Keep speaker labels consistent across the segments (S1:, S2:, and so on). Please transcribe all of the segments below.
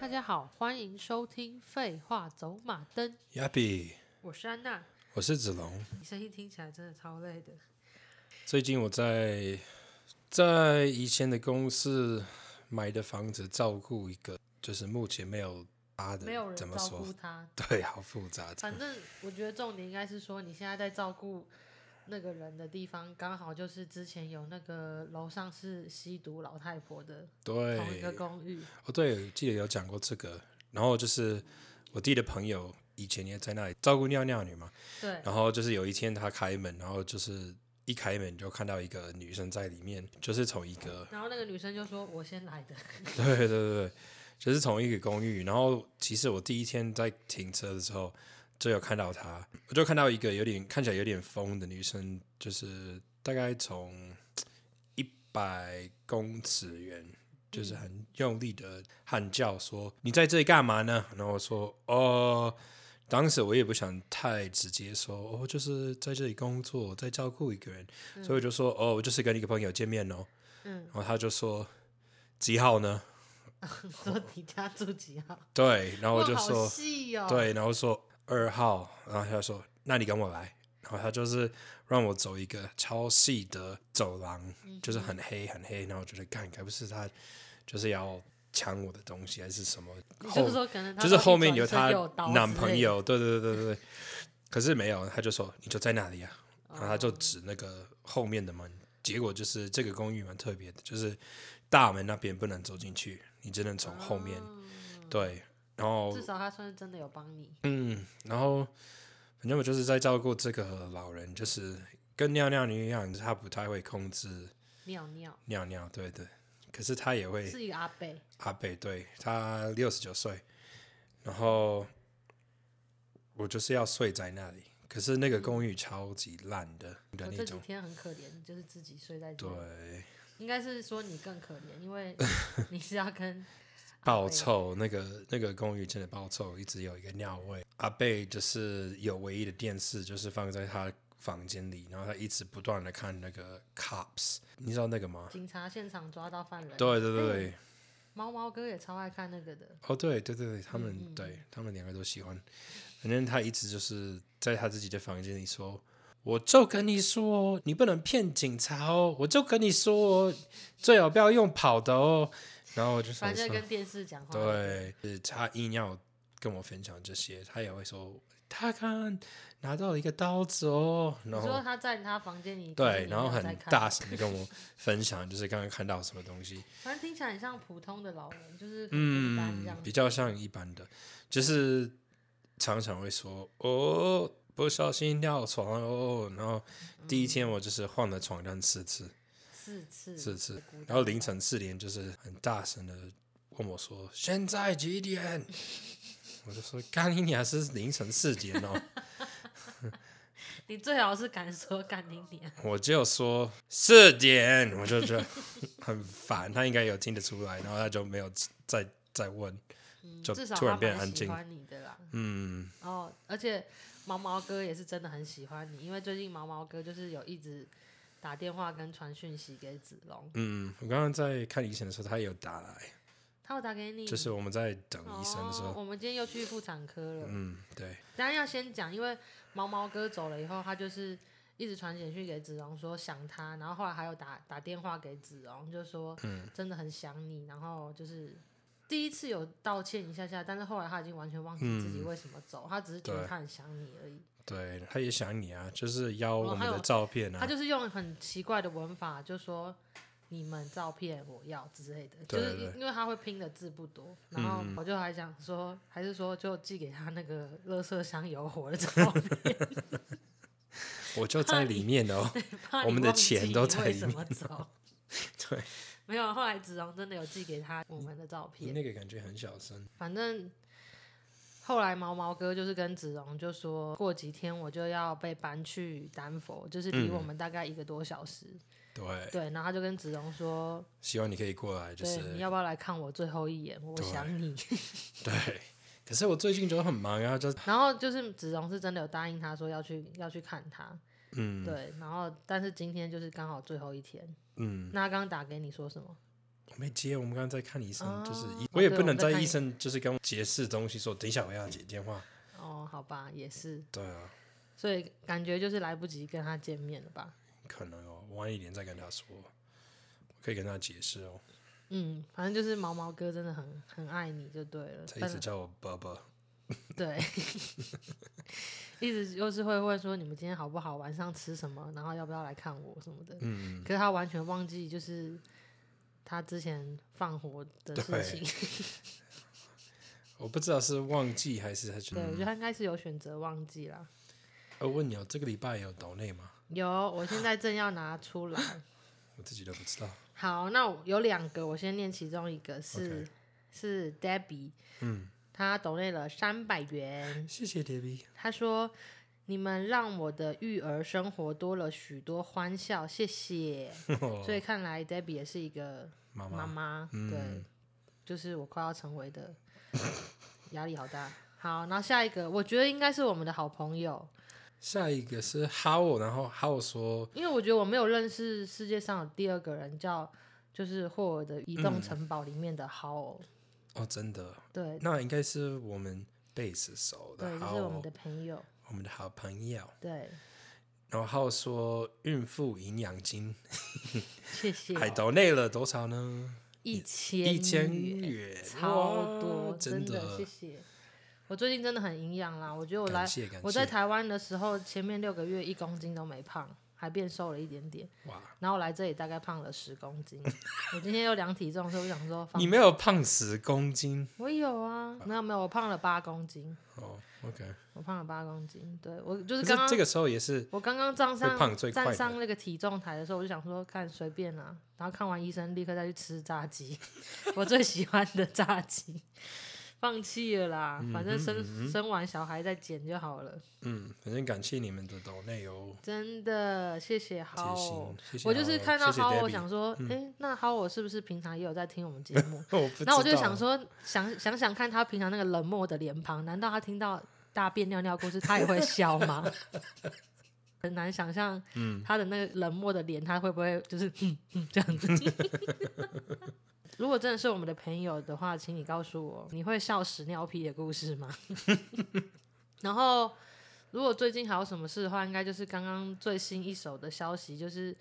S1: 大家好，欢迎收听《废话走马灯》，
S2: 亚比，
S1: 我是安娜。
S2: 我是子龙。
S1: 你声音听起来真的超累的，
S2: 最近我在在以前的公司买的房子照顾一个，就是目前没有他的，
S1: 没有人
S2: 怎么
S1: 照顾
S2: 说？
S1: 他。
S2: 对，好复 杂。
S1: 反正我觉得重点应该是说，你现在在照顾那个人的地方，刚好就是之前有那个楼上是吸毒老太婆的同一
S2: 对
S1: 个，公寓，
S2: 哦，对，记得有讲过这个。然后就是我弟的朋友以前也在那里照顾尿尿女嘛，
S1: 对，
S2: 然后就是有一天他开门，然后就是一开门就看到一个女生在里面，就是从一个
S1: 然后那个女生就说：“我先来的。
S2: 对对对对，就是同一个公寓。然后其实我第一天在停车的时候就有看到她，我就看到一个有点看起来有点疯的女生，就是大概从一百公尺远，就是很用力的喊叫说：“你在这里干嘛呢？”然后我说：“哦。”当时我也不想太直接说，哦，就是在这里工作，在照顾一个人，所以我就说，哦，我就是跟一个朋友见面哦。
S1: 嗯，
S2: 然后他就说几号呢？”
S1: 说你家住几 号？
S2: 对，然后我
S1: 哇，
S2: 就
S1: 好
S2: 说，
S1: 细哦。
S2: 对，然后说二号，然后他说，那你跟我来，然后他就是让我走一个超细的走廊，就是
S1: 嗯
S2: 很黑很黑，然后我觉得，干，该不是他就是要抢我的东西还是什么？
S1: 你就
S2: 后
S1: 是说可能他
S2: 就是
S1: 说
S2: 后
S1: 一
S2: 面有
S1: 转
S2: 她
S1: 身就有刀之
S2: 男
S1: 类
S2: 朋
S1: 的，
S2: 友，对对对对对，可是没有，他就说你就在那里啊，
S1: 哦
S2: 然后他就指那个后面的门，结果就是这个公寓蛮特别的，就是大门那边不能走进去，你只能从后面，
S1: 哦
S2: 对，然后
S1: 至少他算是真的有帮你。
S2: 嗯，然后反正我就是在照顾这个老人，就是跟尿尿女一样，她不太会控制
S1: 尿尿，
S2: 尿尿，对对。可是她也会
S1: 是一个阿伯，
S2: 阿北，对她六十九岁，然后我就是要睡在那里，可是那个公寓超级烂的的
S1: 我
S2: 那
S1: 哦这几
S2: 种，
S1: 天很可怜，就是自己睡在这
S2: 对
S1: 里。，应该是说你更可怜，因 为你是要跟
S2: 爆臭，那个那个公寓真的爆臭，一直有一个尿味。阿贝就是有唯一的电视，就是放在他房间里，然后他一直不断的看那个 Cops，你知道那个吗？
S1: 警察现场抓到犯人。
S2: 对对对对，
S1: 猫猫哥也超爱看那个的，
S2: 哦对对对对，他
S1: 嗯
S2: 们、对他们两个都喜欢。反正他一直就是在他自己的房间里说。我就跟你说，你不能骗警察哦！我就跟你说，最好不要用跑的哦。然后我就
S1: 反
S2: 想说
S1: 正就跟电视讲话。，
S2: 对，是他硬要跟我分享这些，他也会说他刚拿到了一个刀子哦，
S1: 你
S2: 然
S1: 说
S2: 后
S1: 他在他房间里，可是
S2: 对，
S1: 你
S2: 然后
S1: 没有在
S2: 很
S1: 看
S2: 大，声的跟我分享，就是刚刚看到什么东西，
S1: 反正听起来很像普通的老人，就是很孤单这样。
S2: 嗯比较像一般的，就是常常会说哦，不小心尿床哦，然后第一
S1: 嗯
S2: 天我就是换了床单四次，
S1: 四次，
S2: 四次
S1: 孤单
S2: 然后凌晨四点就是很大声的问我说：“现在几点？” 我就说：“干你娘是凌晨四点哦。
S1: 你最好是敢说敢听啊点。”
S2: 我就说四点，我就觉得很烦。他应该有听得出来，然后他就没有再再问，就
S1: 嗯至少
S2: 突
S1: 他
S2: 然变
S1: 蛮
S2: 安
S1: 喜
S2: 静。
S1: 欢你的啦。
S2: 嗯，
S1: 哦，而且毛毛哥也是真的很喜欢你，因为最近毛毛哥就是有一直打电话跟传讯息给子龙，
S2: 嗯，我刚刚在看医生的时候，他有打来，
S1: 他有打给你，
S2: 就是我们在等医生的时
S1: 哦
S2: 候，
S1: 我们今天又去妇产科了。
S2: 嗯，对，
S1: 当然要先讲，因为毛毛哥走了以后，他就是一直传简讯给子龙说想他，然后后来还有打打电话给子龙，就说
S2: 嗯
S1: 真的很想你，然后就是。第一次有道歉一下下，但是后来他已经完全忘记自己为什么走，他只是觉得
S2: 嗯对
S1: 他很想你而已。
S2: 对，他也想你啊，就是要
S1: 哦
S2: 我
S1: 还
S2: 们
S1: 有
S2: 的照片
S1: 他
S2: 啊，
S1: 就是用很奇怪的文法，就说你们照片我要之类的，
S2: 对
S1: 就
S2: 对嗯
S1: 是因为他会拼的字不多，然后我就还想说，还是说就寄给他那个垃圾箱有火的 照片，
S2: 我就在里面哦。
S1: 怕你
S2: 我们的
S1: 忘记
S2: 钱都在
S1: 你为
S2: 里
S1: 什么走？
S2: 对，
S1: 没有，后来子荣真的有寄给他我们的照
S2: 你
S1: 片，
S2: 那个感觉很小声。
S1: 反正。后来毛毛哥就是跟子荣就说，过几天我就要被搬去丹佛，就是
S2: 嗯
S1: 离我们大概一个多小时。
S2: 对，
S1: 对，然后他就跟子荣说，
S2: 希望你可以过来，就
S1: 对，你
S2: 是
S1: 要不要来看我最后一眼？我
S2: 对
S1: 想你。
S2: 对。可是我最近就很忙啊，就
S1: 然后就是子荣是真的有答应他说要去要去看他，
S2: 嗯
S1: 对。然后但是今天就是刚好最后一天，
S2: 嗯，
S1: 那他刚打给你说什么？
S2: 没接，我们刚刚在看医生，就是医
S1: 哦
S2: 我也
S1: 对
S2: 不
S1: 我们
S2: 能
S1: 在
S2: 在
S1: 看
S2: 医
S1: 医生
S2: 生就是跟我解释东西说，等一下我要接电话。
S1: 哦，好吧，也是，
S2: 对啊，
S1: 所以感觉就是来不及跟他见面了吧？
S2: 可能哦，晚一点再跟他说，我可以跟他解释哦。
S1: 嗯，反正就是毛毛哥真的很很爱你就对了，
S2: 他一
S1: 但
S2: 直
S1: 是
S2: 叫我爸爸，
S1: 对，一直就是会问说你们今天好不好，晚上吃什么，然后要不要来看我什么的。
S2: 嗯，
S1: 可是他完全忘记就是他之前放火的事情，
S2: 我不知道是忘记还是他 觉
S1: 对我觉得
S2: 得。
S1: 他应该是有选择忘记啦。
S2: 我问你哦，这个礼拜有岛内吗？
S1: 有，我现在正要拿出来。
S2: 我自己都不知道。
S1: 好，那我有两个，我先念其中一个是
S2: OK
S1: 是 Debbie，
S2: 嗯，
S1: 她抖内了三百元，
S2: 谢谢 d a
S1: 她说：“你们让我的育儿生活多了许多欢笑，谢 谢。所以看来 Debbie 也是一个
S2: 妈
S1: 妈
S2: 妈，
S1: 妈，
S2: 嗯
S1: 对，就是我快要成为的，压力好大。好，然后下一个，我觉得应该是我们的好朋友，
S2: 下一个是 How，然后 How 说
S1: 因为我觉得我没有认识世界上有第二个人叫。”就是霍尔的移动城堡里面的豪尔，
S2: 哦，真嗯的，
S1: 对
S2: 那应该是我们贝斯手的
S1: 对，就是我
S2: How，
S1: 们的朋友，
S2: 我们的好朋友。
S1: 对，
S2: 然后 How 说孕妇营养金，
S1: 谢谢哦，
S2: 还岛内了多少呢？
S1: 一千
S2: 一千
S1: 元
S2: 元，
S1: 超
S2: 哇
S1: 多，
S2: 真
S1: 的，谢谢。我最近真的很营养啦，我觉得我来
S2: 感谢感
S1: 我在
S2: 谢，
S1: 台湾的时候，前面六个月一公斤都没胖，还变瘦了一点点，
S2: 哇！
S1: 然后来这里大概胖了十公 斤。我今天又量体重，所以我想说放，
S2: 你没有胖十公斤
S1: 我有啊，没有没有，我胖了八公斤，
S2: 哦，OK，
S1: 我胖了八公斤，对我就
S2: 可
S1: 是
S2: 是
S1: 刚刚
S2: 这个时候也是
S1: 我刚刚站
S2: 会胖
S1: 上
S2: 最快的
S1: 站上那个体重台的时候，我就想说看随便啦、然后看完医生立刻再去吃炸鸡， 我最喜欢的炸鸡，放弃了啦，反正生、生完小孩再减就好了。
S2: 嗯，反正感谢你们的岛内哦，
S1: 真的，谢谢
S2: 贴
S1: 好。
S2: 心，谢谢
S1: 我就是
S2: 好
S1: 看到
S2: 谢谢
S1: 好，我
S2: Debbie 嗯
S1: 想说，哎、那好，我是不是平常也有在听我们节目？
S2: 我不知道
S1: 那我就想说，想想想看他平常那个冷漠的脸庞，难道他听到大便尿尿故事，他也会笑吗？ 很难想象，
S2: 嗯
S1: 他的那个冷漠的脸，他会不会就是嗯嗯这样子？ 如果真的是我们的朋友的话，请你告诉我，你会笑屎尿屁的故事吗？ 然后，如果最近还有什么事的话，应该就是刚刚最新一手的消息，就是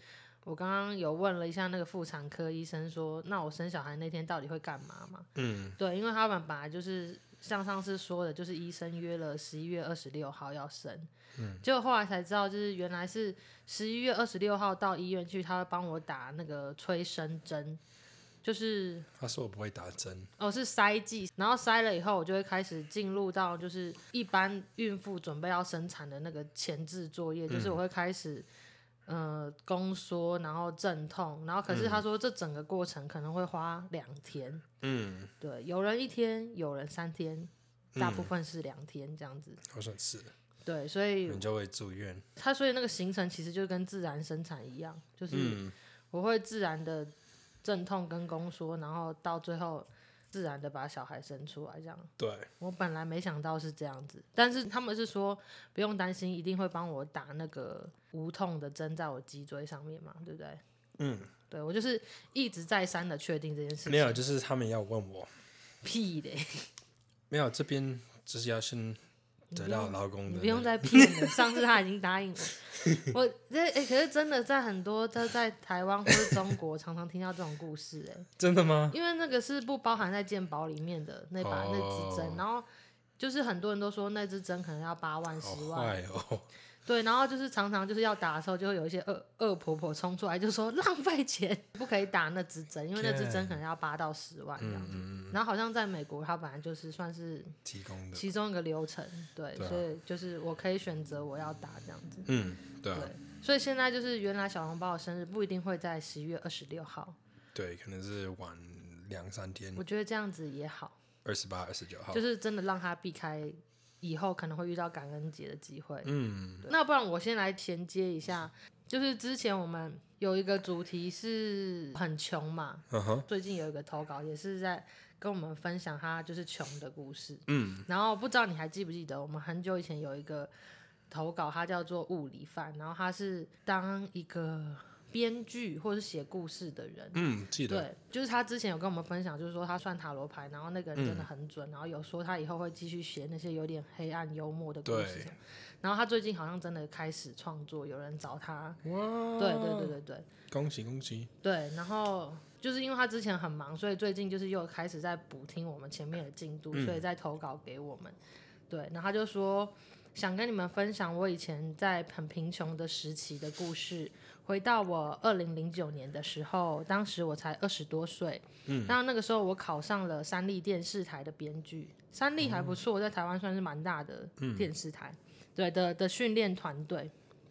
S1: 我刚刚有问了一下那个妇产科医生说，那我生小孩那天到底会干嘛嘛？
S2: 嗯，
S1: 对，因为他们本来就是像上次说的，就是医生约了十一月二十六号要生，嗯，结果后来才知道，就是原来是十一月二十六号到医院去，他会帮我打那个催生针，就是
S2: 他说我不会打针，
S1: 哦，是塞剂，然后塞了以后，我就会开始进入到就是一般孕妇准备要生产的那个前置作业，
S2: 嗯
S1: 就是我会开始呃宫缩，然后阵痛，然后可是他说这整个过程可能会花两天，
S2: 嗯，
S1: 对，有人一天，有人三天，大部分是两天这样子，
S2: 好像是，
S1: 嗯对，所以
S2: 你就会住院，
S1: 他所以那个行程其实就跟自然生产一样，就是
S2: 嗯，
S1: 我会自然的阵痛跟宫缩，然后到最后自然的把小孩生出来这样。
S2: 对，
S1: 我本来没想到是这样子，但是他们是说不用担心，一定会帮我打那个无痛的针在我脊椎上面嘛，对不对？
S2: 嗯，
S1: 对我就是一直再三的确定这件事情。
S2: 没有，就是他们要问我，
S1: 屁嘞，
S2: 没有这边就是要先得到老公
S1: 你
S2: 的
S1: 不用
S2: 那
S1: 再
S2: 个，
S1: 骗了。上次他已经答应我，我这哎、可是真的在很多在在台湾或是中国常常听到这种故事哎、
S2: 真的吗？
S1: 因为那个是不包含在健保里面的那把、那支
S2: 哦
S1: 针，然后就是很多人都说那支针可能要八万
S2: 好
S1: 十万，
S2: 坏哦，
S1: 对，然后就是常常就是要打的时候，就会有一些恶恶婆婆冲出来，就说浪费钱， 不可以打那支针，因为那支针可能要八到十万这样
S2: 嗯
S1: 子。然后好像在美国，它本来就是算是
S2: 提供的，
S1: 其中一个流程，对，
S2: 对啊
S1: 所以就是我可以选择我要打这样子。
S2: 嗯，对啊
S1: 对，所以现在就是原来小红包的生日不一定会在十一月二十六号，
S2: 对，可能是晚两三天
S1: 我，觉得这样子也好，
S2: 二十八、二十九号
S1: 就，是真的让他避开以后可能会遇到感恩节的机会。
S2: 嗯，
S1: 那不然我先来衔接一下，就是之前我们有一个主题是很穷嘛，
S2: 嗯哼，
S1: 最近有一个投稿也是在跟我们分享他就是穷的故事，
S2: 嗯，
S1: 然后不知道你还记不记得，我们很久以前有一个投稿，它叫做物理犯，然后他是当一个。编剧或是写故事的人。
S2: 嗯，记得，
S1: 对，就是他之前有跟我们分享，就是说他算塔罗牌，然后那个人
S2: 嗯
S1: 真的很准，然后有说他以后会继续写那些有点黑暗幽默的故事
S2: 对
S1: 什么。然后他最近好像真的开始创作，有人找他。
S2: 哇，哦
S1: 对对对对对
S2: 恭喜恭喜，
S1: 对，然后就是因为他之前很忙，所以最近就是又开始在补听我们前面的进度，
S2: 嗯
S1: 所以在投稿给我们。对，然后他就说想跟你们分享我以前在很贫穷的时期的故事。回到我二零零九年的时候，当时我才二十多岁，嗯，然后那个时候我考上了三立电视台的编剧，三立还不错，在台湾算是蛮大的电视台，对的的训练团队，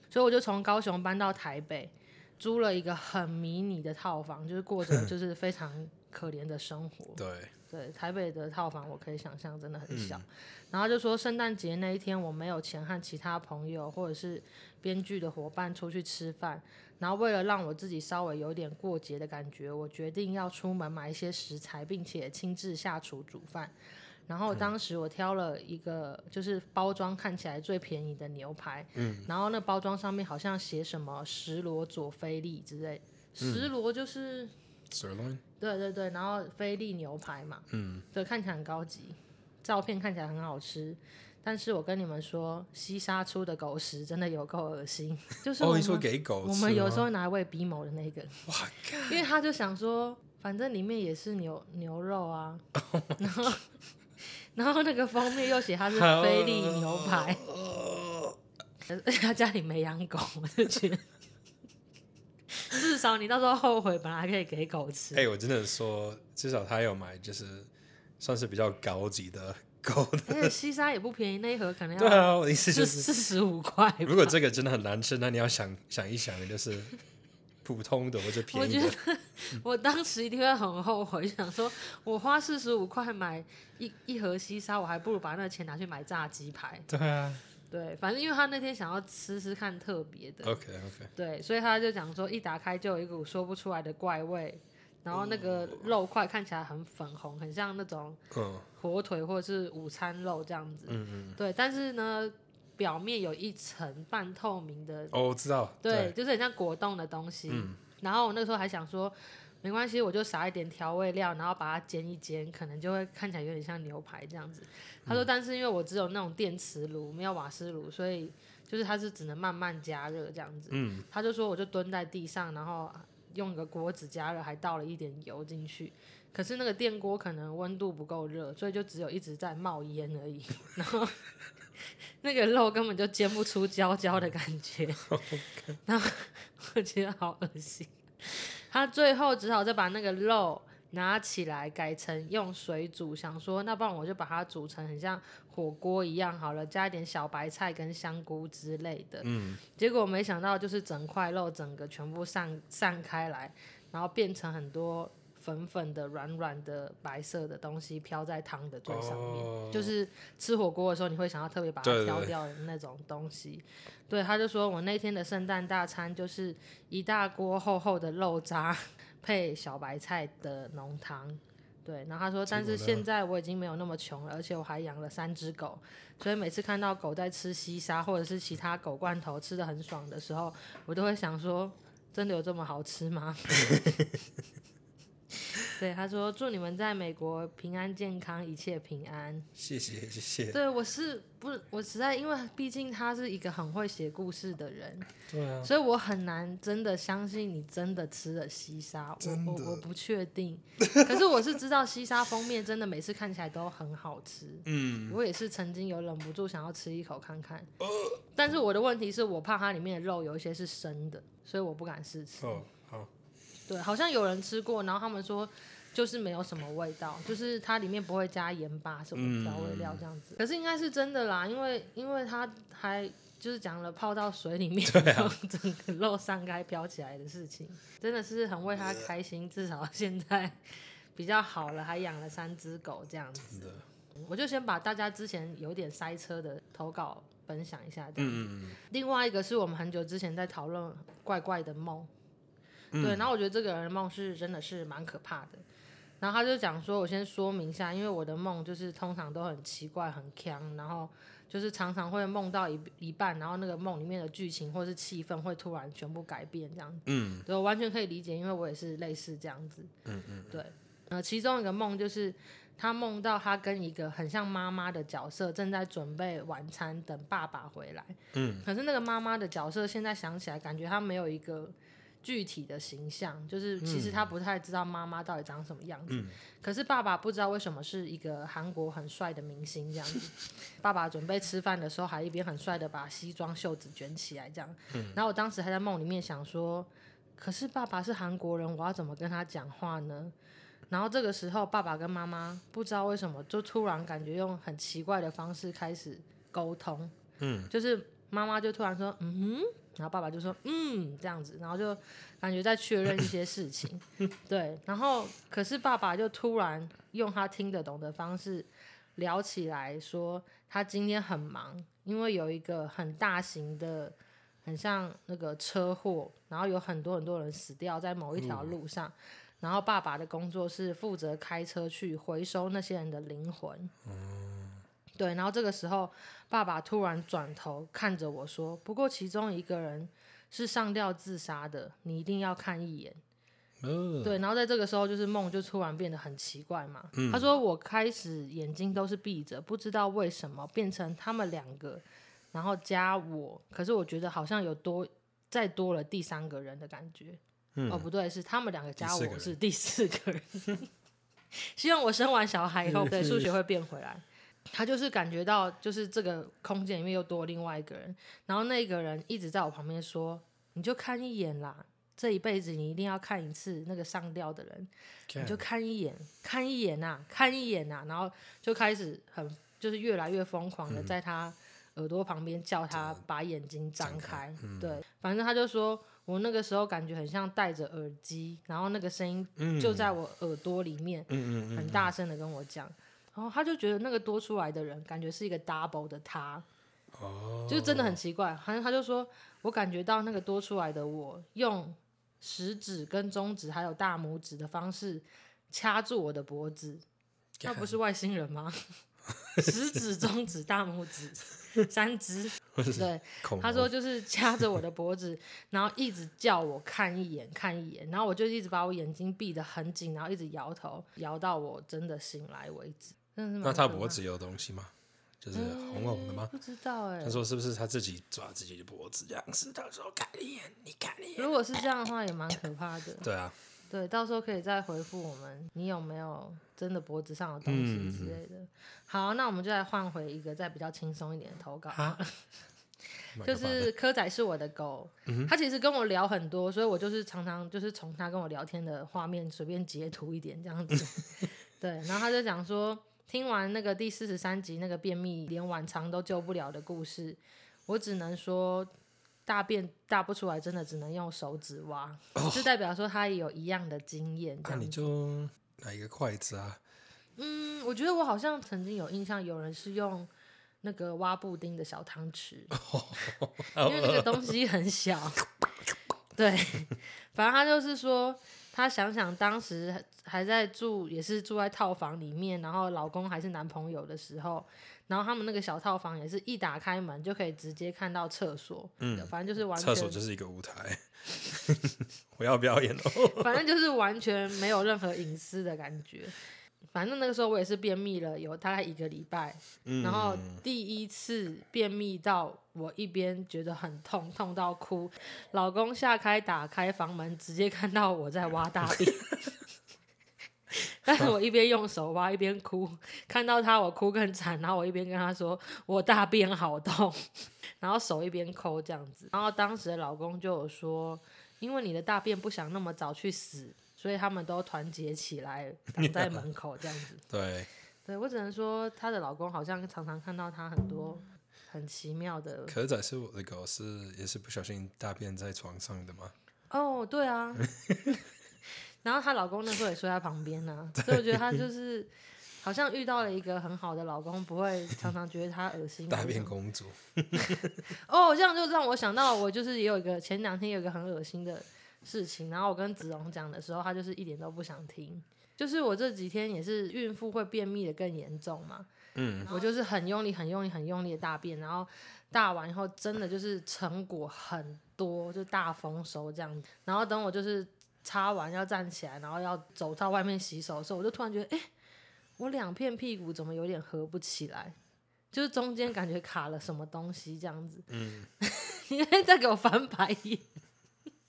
S1: 所以我就从高雄搬到台北，租了一个很迷你的套房，就是过着 就是非常可怜的生活，
S2: 对，
S1: 对，嗯台北的套房我可以想象真的很小。然后就说圣诞节那一天我没有钱和其他朋友或者是编剧的伙伴出去吃饭，然后为了让我自己稍微有点过节的感觉，我决定要出门买一些食材，并且亲自下厨煮饭。然后当时我挑了一个就是包装看起来最便宜的牛排，嗯，然后那包装上面好像写什么石螺佐菲力之类，石螺就是。
S2: sirloin，
S1: 对对对，然后菲力牛排嘛，嗯，对，看起来很高级，照片看起来很好吃，但是我跟你们说，西沙出的狗食真的有够恶 心，就是我
S2: 哦，
S1: 们、
S2: 你说给狗吃
S1: 我们有
S2: 吗
S1: 时候拿来喂鼻某的那个，
S2: 哇，
S1: 因为他就想说，反正里面也是牛牛肉 啊，然后然后那个封面又写它是菲力牛排，而且他家里没养狗，我就觉得。至少你到时候后悔，本来可以给狗吃。
S2: 哎、我真的说，至少他有买，就是算是比较高级的狗的。
S1: 而且西沙也不便宜，那一盒可能
S2: 对
S1: 要
S2: 啊，我的意思就
S1: 四
S2: 是，
S1: 四十五块吧。
S2: 如果这个真的很难吃，那你要想想一想，就是普通的或者
S1: 我
S2: 便宜
S1: 觉得
S2: 的，
S1: 我当时一定会很后悔，想说我花四十五块买一一盒西沙，我还不如把那个钱拿去买炸鸡排。
S2: 对啊。
S1: 对，反正因为他那天想要吃吃看特别的，
S2: OK OK，
S1: 对，所以他就讲说一打开就有一股说不出来的怪味，然后那个
S2: 哦
S1: 肉块看起来很粉红，很像那种
S2: 嗯，
S1: 火腿或者是午餐肉这样子。嗯嗯。对，但是呢，表面有一层半透明的
S2: 哦，我知道，
S1: 对，，就是很像果冻的东西。然后我那个时候还想说，没关系，我就撒一点调味料，然后把它煎一煎，可能就会看起来有点像牛排这样子。他说，但是因为我只有那种电磁炉，没有瓦斯炉，所以就是它是只能慢慢加热这样子。
S2: 嗯，
S1: 他就说，我就蹲在地上，然后用一个锅子加热，还倒了一点油进去。可是那个电锅可能温度不够热，所以就只有一直在冒烟而已。 然后那个肉根本就煎不出焦焦的感觉，然后 我觉得好恶心。他最后只好再把那个肉拿起来改成用水煮，想说那不然我就把它煮成很像火锅一样好了，加一点小白菜跟香菇之类的。嗯，结果没想到就是整块肉整个全部散散开来，然后变成很多粉粉的、软软的、白色的东西飘在汤的最上面。
S2: 哦
S1: 就是吃火锅的时候，你会想要特别把它
S2: 对对
S1: 挑
S2: 对
S1: 掉的那种东西。对，他就说我那天的圣诞大餐就是一大锅厚厚的肉渣配小白菜的浓汤。对，然后他说，
S2: 结果
S1: 但是
S2: 呢
S1: 现在我已经没有那么穷了，而且我还养了三只狗，所以每次看到狗在吃西沙或者是其他狗罐头吃的很爽的时候，我都会想说，真的有这么好吃吗？ 对，他说祝你们在美国平安健康，一切平安。
S2: 谢谢谢谢，
S1: 对，我是不，我实在因为毕竟他是一个很会写故事的人，
S2: 对啊，
S1: 所以我很难真的相信你真的吃了西沙。我
S2: 真的
S1: 我我不确定，可是我是知道西沙封面真的每次看起来都很好吃。
S2: 嗯，呃
S1: 我也是曾经有忍不住想要吃一口看看，但是我的问题是我怕它里面的肉有一些是生的，所以我不敢试吃。
S2: 哦，好，
S1: 对，好像有人吃过，然后他们说就是没有什么味道，就是它里面不会加盐巴什么调
S2: 嗯
S1: 味料这样子。可是应该是真的啦，因为因为它还就是讲了泡到水里面，然
S2: 啊
S1: 后 整个肉散开飘起来的事情，真的是很为他开心，至少 现在比较好了，还养了三只狗这样子。
S2: 真的，
S1: 我就先把大家之前有点塞车的投稿分享一下，这样子。
S2: 嗯，
S1: 另外一个是我们很久之前在讨论怪怪的梦，对，然后我觉得这个人的梦是真的是蛮可怕的。然后他就讲说，我先说明一下，因为我的梦就是通常都很奇怪、很强，然后就是常常会梦到一一半，然后那个梦里面的剧情或是气氛会突然全部改变这样子。
S2: 嗯，
S1: 对，我完全可以理解，因为我也是类似这样子。嗯嗯，对。呃，其中一个梦就是他梦到他跟一个很像妈妈的角色正在准备晚餐，等爸爸回来。
S2: 嗯，
S1: 可是那个妈妈的角色现在想起来，感觉她没有一个具体的形象，就是其实她不太知道妈妈到底长什么样子。可是爸爸不知道为什么是一个韩国很帅的明星这样子。爸爸准备吃饭的时候，还一边很帅的把西装袖子卷起来这样。然后我当时还在梦里面想说，可是爸爸是韩国人，我要怎么跟他讲话呢？然后这个时候，爸爸跟妈妈不知道为什么就突然感觉用很奇怪的方式开始沟通。
S2: 嗯，
S1: 就是妈妈就突然说：“嗯哼。”然后爸爸就说：“嗯，这样子。”然后就感觉在确认一些事情。对，然后可是爸爸就突然用他听得懂的方式聊起来，说他今天很忙，因为有一个很大型的。很像那个车祸，然后有很多很多人死掉在某一条路上，然后爸爸的工作是负责开车去回收那些人的灵魂。对，然后这个时候，爸爸突然转头看着我说：“不过其中一个人是上吊自杀的，你一定要看一眼。”
S2: 呃，
S1: 对，然后在这个时候，就是梦就突然变得很奇怪嘛。
S2: 嗯
S1: 他说我开始眼睛都是闭着，不知道为什么变成他们两个，然后加我，可是我觉得好像有多再多了第三个人的感觉。哦，不对，是他们两个加
S2: 嗯第四个
S1: 我
S2: 人
S1: 是第四个人。希望我生完小孩以后，对数学会变回来。他就是感觉到，就是这个空间里面又多另外一个人，然后那个人一直在我旁边说：“你就看一眼啦，这一辈子你一定要看一次那个上吊的人，你就看一眼，看一眼呐、看一眼呐、然后就开始很就是越来越疯狂的在他耳朵旁边叫他把眼睛张开，对，反正他就说我那个时候感觉很像戴着耳机，然后那个声音就在我耳朵里面，
S2: 嗯
S1: 很大声的跟我讲。然后他就觉得那个多出来的人，感觉是一个 double 的他，
S2: 哦，
S1: 就是真的很奇怪。好像他就说，我感觉到那个多出来的我，用食指跟中指还有大拇指的方式掐住我的脖子，那不是外星人吗？食指、中指、大拇指，三只。对，
S2: 恐
S1: 他
S2: 龙
S1: 说就是掐着我的脖子，然后一直叫我看一眼，看一眼，然后我就一直把我眼睛闭得很紧，然后一直摇头，摇到我真的醒来为止。真的是蛮
S2: 那他
S1: 可怕
S2: 脖子有东西吗？就是
S1: 嗯
S2: 红红的吗？
S1: 不知道哎、
S2: 他说是不是他自己抓自己的脖子这样子？他说看一眼，你看一眼。
S1: 如果是这样的话，也蛮可怕的。
S2: 对啊，
S1: 对，到时候可以再回复我们，你有没有真的脖子上的东
S2: 嗯
S1: 西之类的。好，那我们就来换回一个再比较轻松一点的投稿。就
S2: 蛮可怕的嗯
S1: 是柯仔是我的狗，他其实跟我聊很多，所以我就是常常就是从他跟我聊天的画面随便截图一点这样子。 对，然后他就讲说，听完那个第四十三集那个便秘连晚肠都救不了的故事，我只能说。大便大不出来，真的只能用手指挖，就代表说他也有一样的经验。这
S2: 那
S1: 样
S2: 哦你
S1: 子。
S2: 就拿一个筷子啊，
S1: 嗯，我觉得我好像曾经有印象，有人是用那个挖布丁的小汤匙，
S2: 哦
S1: 因为那个东西很 小。对，反正他就是说，他想想当时还还在住，也是住在套房里面，然后老公还是男朋友的时候，然后他们那个小套房也是一打开门就可以直接看到厕所，嗯，反正就是完
S2: 厕
S1: 全
S2: 所就是一个舞台。 我要表演哦，
S1: 反正就是完全没有任何隐私的感觉。反正那个时候我也是便秘了，有大概一个礼拜，然后第一次便秘到我一边觉得很痛，痛到哭。老公下开打开房门，直接看到我在挖大便，但是我一边用手挖一边哭，看到他我哭更惨，然后我一边跟他说我大便好痛，然后手一边抠这样子。然后当时的老公就有说，因为你的大便不想那么早去死，所以他们都团结起来 挡在门口这样子。
S2: 对，
S1: 对我只能说，她的老公好像常常看到她很多很奇妙的
S2: 可仔是我的狗，是也是不小心大便在床上的吗？
S1: 哦，对 啊。然后她老公那时候也睡在旁边呢、所以我觉得她就是好像遇到了一个很好的老公，不会常常觉得他恶心啊。
S2: 大
S1: 这
S2: 便
S1: 种
S2: 公主，
S1: 哦，这样就让我想到，我就是也有一个前两天有一个很恶心的事情，然后我跟子荣讲的时候，他就是一点都不想听。就是我这几天也是孕妇会便秘的更严重嘛，嗯，我就是很用力、很用力、很用力的大便，然后大完以后真的就是成果很多，就大丰收这样。然后等我就是擦完要站起来，然后要走到外面洗手的时候，我就突然觉得，哎、我两片屁股怎么有点合不起来？就是中间感觉卡了什么东西这样子。嗯，你在在给我翻白眼。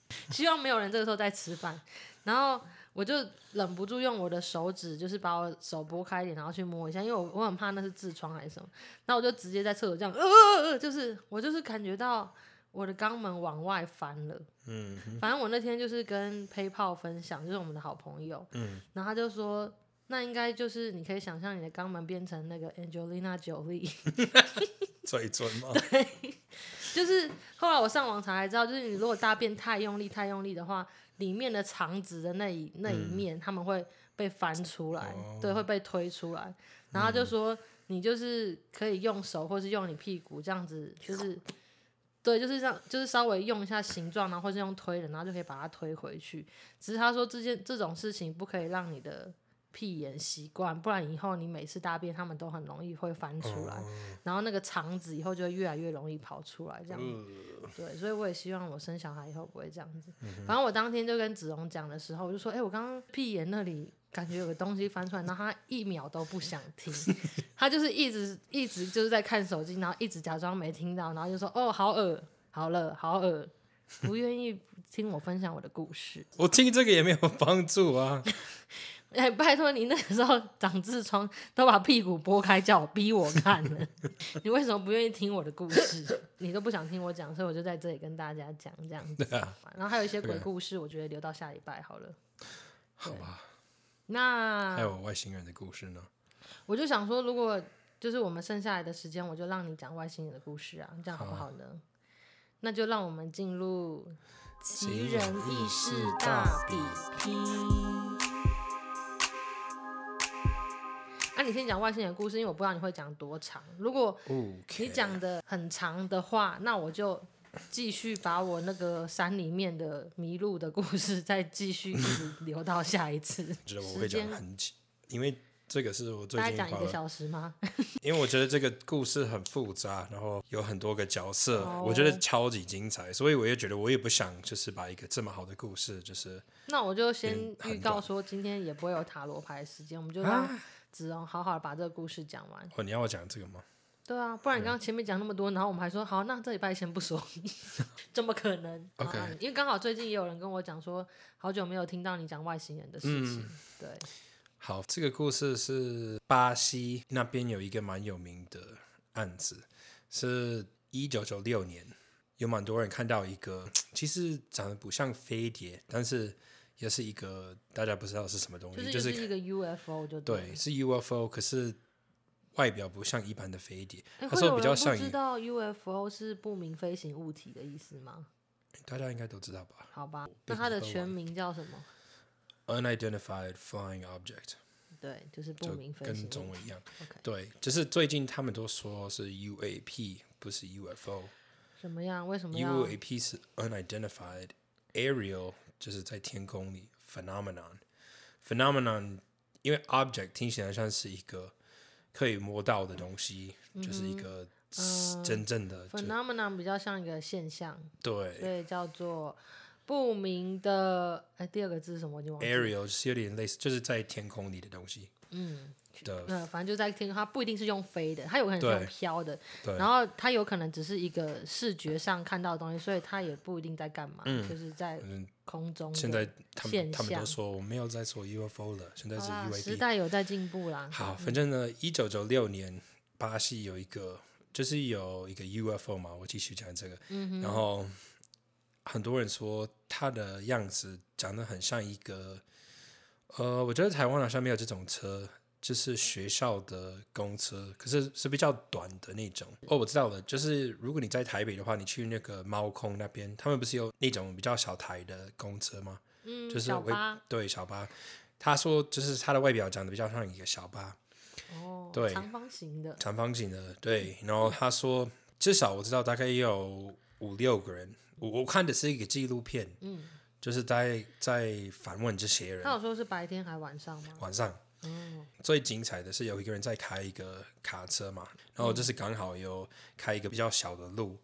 S1: 希望没有人这个时候在吃饭。然后我就忍不住用我的手指，就是把我手拨开一点，然后去摸一下，因为我我很怕那是痔疮还是什么。那我就直接在厕所这样，呃呃呃，就是我就是感觉到我的肛门往外翻了。
S2: 嗯
S1: 反正我那天就是跟 PayPal 分享，就是我们的好朋友，
S2: 嗯，
S1: 然后他就说，那应该就是你可以想象你的肛门变成那个 Angelina Jolie，
S2: 嘴唇嘛，
S1: 就是后来我上网查才知道，就是你如果大便太用力、太用力的话，里面的肠子的那一那一面，他们会被翻出来，
S2: 哦
S1: 对，会被推出来。然后他就说，你就是可以用手，或是用你屁股这样子，就是。对，就是这样，就是稍微用一下形状，然后或是用推的，然后就可以把它推回去。只是他说这件这种事情不可以让你的屁眼习惯，不然以后你每次大便他们都很容易会翻出来，然后那个肠子以后就会越来越容易跑出来这样。对，所以我也希望我生小孩以后不会这样子。反正我当天就跟子荣讲的时候，我就说：“哎、我刚刚屁眼那里感觉有个东西翻出来。”然后他一秒都不想听，他就是一直一直就是在看手机，然后一直假装没听到，然后就说：“哦，好恶，好了，好恶。”不愿意听我分享我的故事，
S2: 我听这个也没有帮助啊。
S1: 哎、拜托你那个时候长痔疮都把屁股拨开叫我逼我看了， 你为什么不愿意听我的故事？你都不想听我讲，所以我就在这里跟大家讲这样子。
S2: 对啊，
S1: 然后还有一些鬼
S2: 对
S1: 故事，我觉得留到下礼拜好了。
S2: 好吧。还
S1: 那
S2: 有外星人的故事呢？
S1: 我就想说，如果就是我们剩下来的时间，我就让你讲外星人的故事啊，这样好不好呢？那就让我们进入奇人异事大比拼。啊那、你先讲外星人的故事，因为我不知道你会讲多长。如果
S2: 哦，
S1: 你讲的很长的话，那我就继续把我那个山里面的迷路的故事再继续一直留到下一次。
S2: 觉 得我会讲很久，因为这个是我最
S1: 大概
S2: 近
S1: 讲一
S2: 花
S1: 个
S2: 了，
S1: 小时吗？
S2: 因为我觉得这个故事很复杂，然后有很多个角色，
S1: 哦
S2: 我觉得超级精彩，所以我也觉得我也不想就是把一个这么好的故事，就是
S1: 那我就先
S2: 嗯很
S1: 预告说，今天也不会有塔罗牌的时间，我们就
S2: 啊
S1: 让子荣好好地把这个故事讲完。
S2: 哦，你要我讲这个吗？
S1: 对啊，不然你
S2: 嗯
S1: 刚刚前面讲那么多，然后我们还说好，那这礼拜先不说， 怎么可能
S2: OK
S1: 啊因为刚好最近也有人跟我讲说，好久没有听到你讲外星人的事情。
S2: 嗯
S1: 对，
S2: 好，这个故事是巴西那边有一个蛮有名的案子，是一九九六年，有蛮多人看到一个，其实长得不像飞碟，但是也是一个大家不知道是什么东西，
S1: 就
S2: 就是是
S1: 就是一个 UFO 就
S2: 对，
S1: 了。
S2: 是 UFO，可是外表不像一般的飞碟，
S1: 哎
S2: 他
S1: 会
S2: 说
S1: 有
S2: 比较
S1: 人不
S2: 像
S1: 知
S2: 一，
S1: 道 UFO 是不明飞行物体的意思吗？
S2: 大家应该都知道吧
S1: 好吧，那它的
S2: 啊
S1: 全名叫什么？
S2: ？Unidentified Flying Object，
S1: 对，就是不
S2: 就
S1: 明飞行
S2: 跟
S1: 物
S2: 中文一样。
S1: OK
S2: 对，就是最近他们都说是 UAP，不是 UFO。
S1: 什么样？为什么要？
S2: UAP 是 unidentified aerial，就是在天空里 phenomenon。phenomenon 因为 object 听起来像是一个可以摸到的东西，
S1: 嗯
S2: 就是一个
S1: 呃
S2: 真正的就
S1: phenomenon 比较像一个现象，所
S2: 对
S1: 以叫做不明的。哎，第二个字是什么？我已经忘记了。
S2: aerial 是有点类似，就是在天空里的东西。嗯，的
S1: 呃，反正就在听，它不一定是用飞的，它有可能是用
S2: 对
S1: 飘的，
S2: 对
S1: 然后它有可能只是一个视觉上看到的东西，所以它也不一定在干嘛，就是在空中的。
S2: 嗯现在他们
S1: 现
S2: 他们都
S1: 象
S2: 说我没有在说 UFO 了，现在是
S1: 好啦
S2: UAP。
S1: 时代有在进步啦。
S2: 好，反正呢，一九九六年巴西有一个，就是有一个 UFO 嘛，我继续讲这个。嗯、然后很多人说它的样子长得很像一个，呃，我觉得台湾好像没有这种车，就是学校的公车，可是是比较短的那种。哦，我知道了，就是如果你在台北的话，你去那个猫空那边，他们不是有那种比较小台的公车吗？
S1: 嗯，
S2: 就是
S1: 小
S2: 会
S1: 巴
S2: 对小巴。他说，就是它的外表长得比较像一个小巴，
S1: 哦，
S2: 对
S1: 长方形的，
S2: 长方形的，对。然后他说，至少我知道大概也有五六个人，我我看的是一个纪录片，嗯，就是在在反问这些人
S1: 他。有说是白天还晚上吗？
S2: 晚上，最精彩的是有一个人在开一个卡车嘛，然后就是刚好有开一个比较小的路，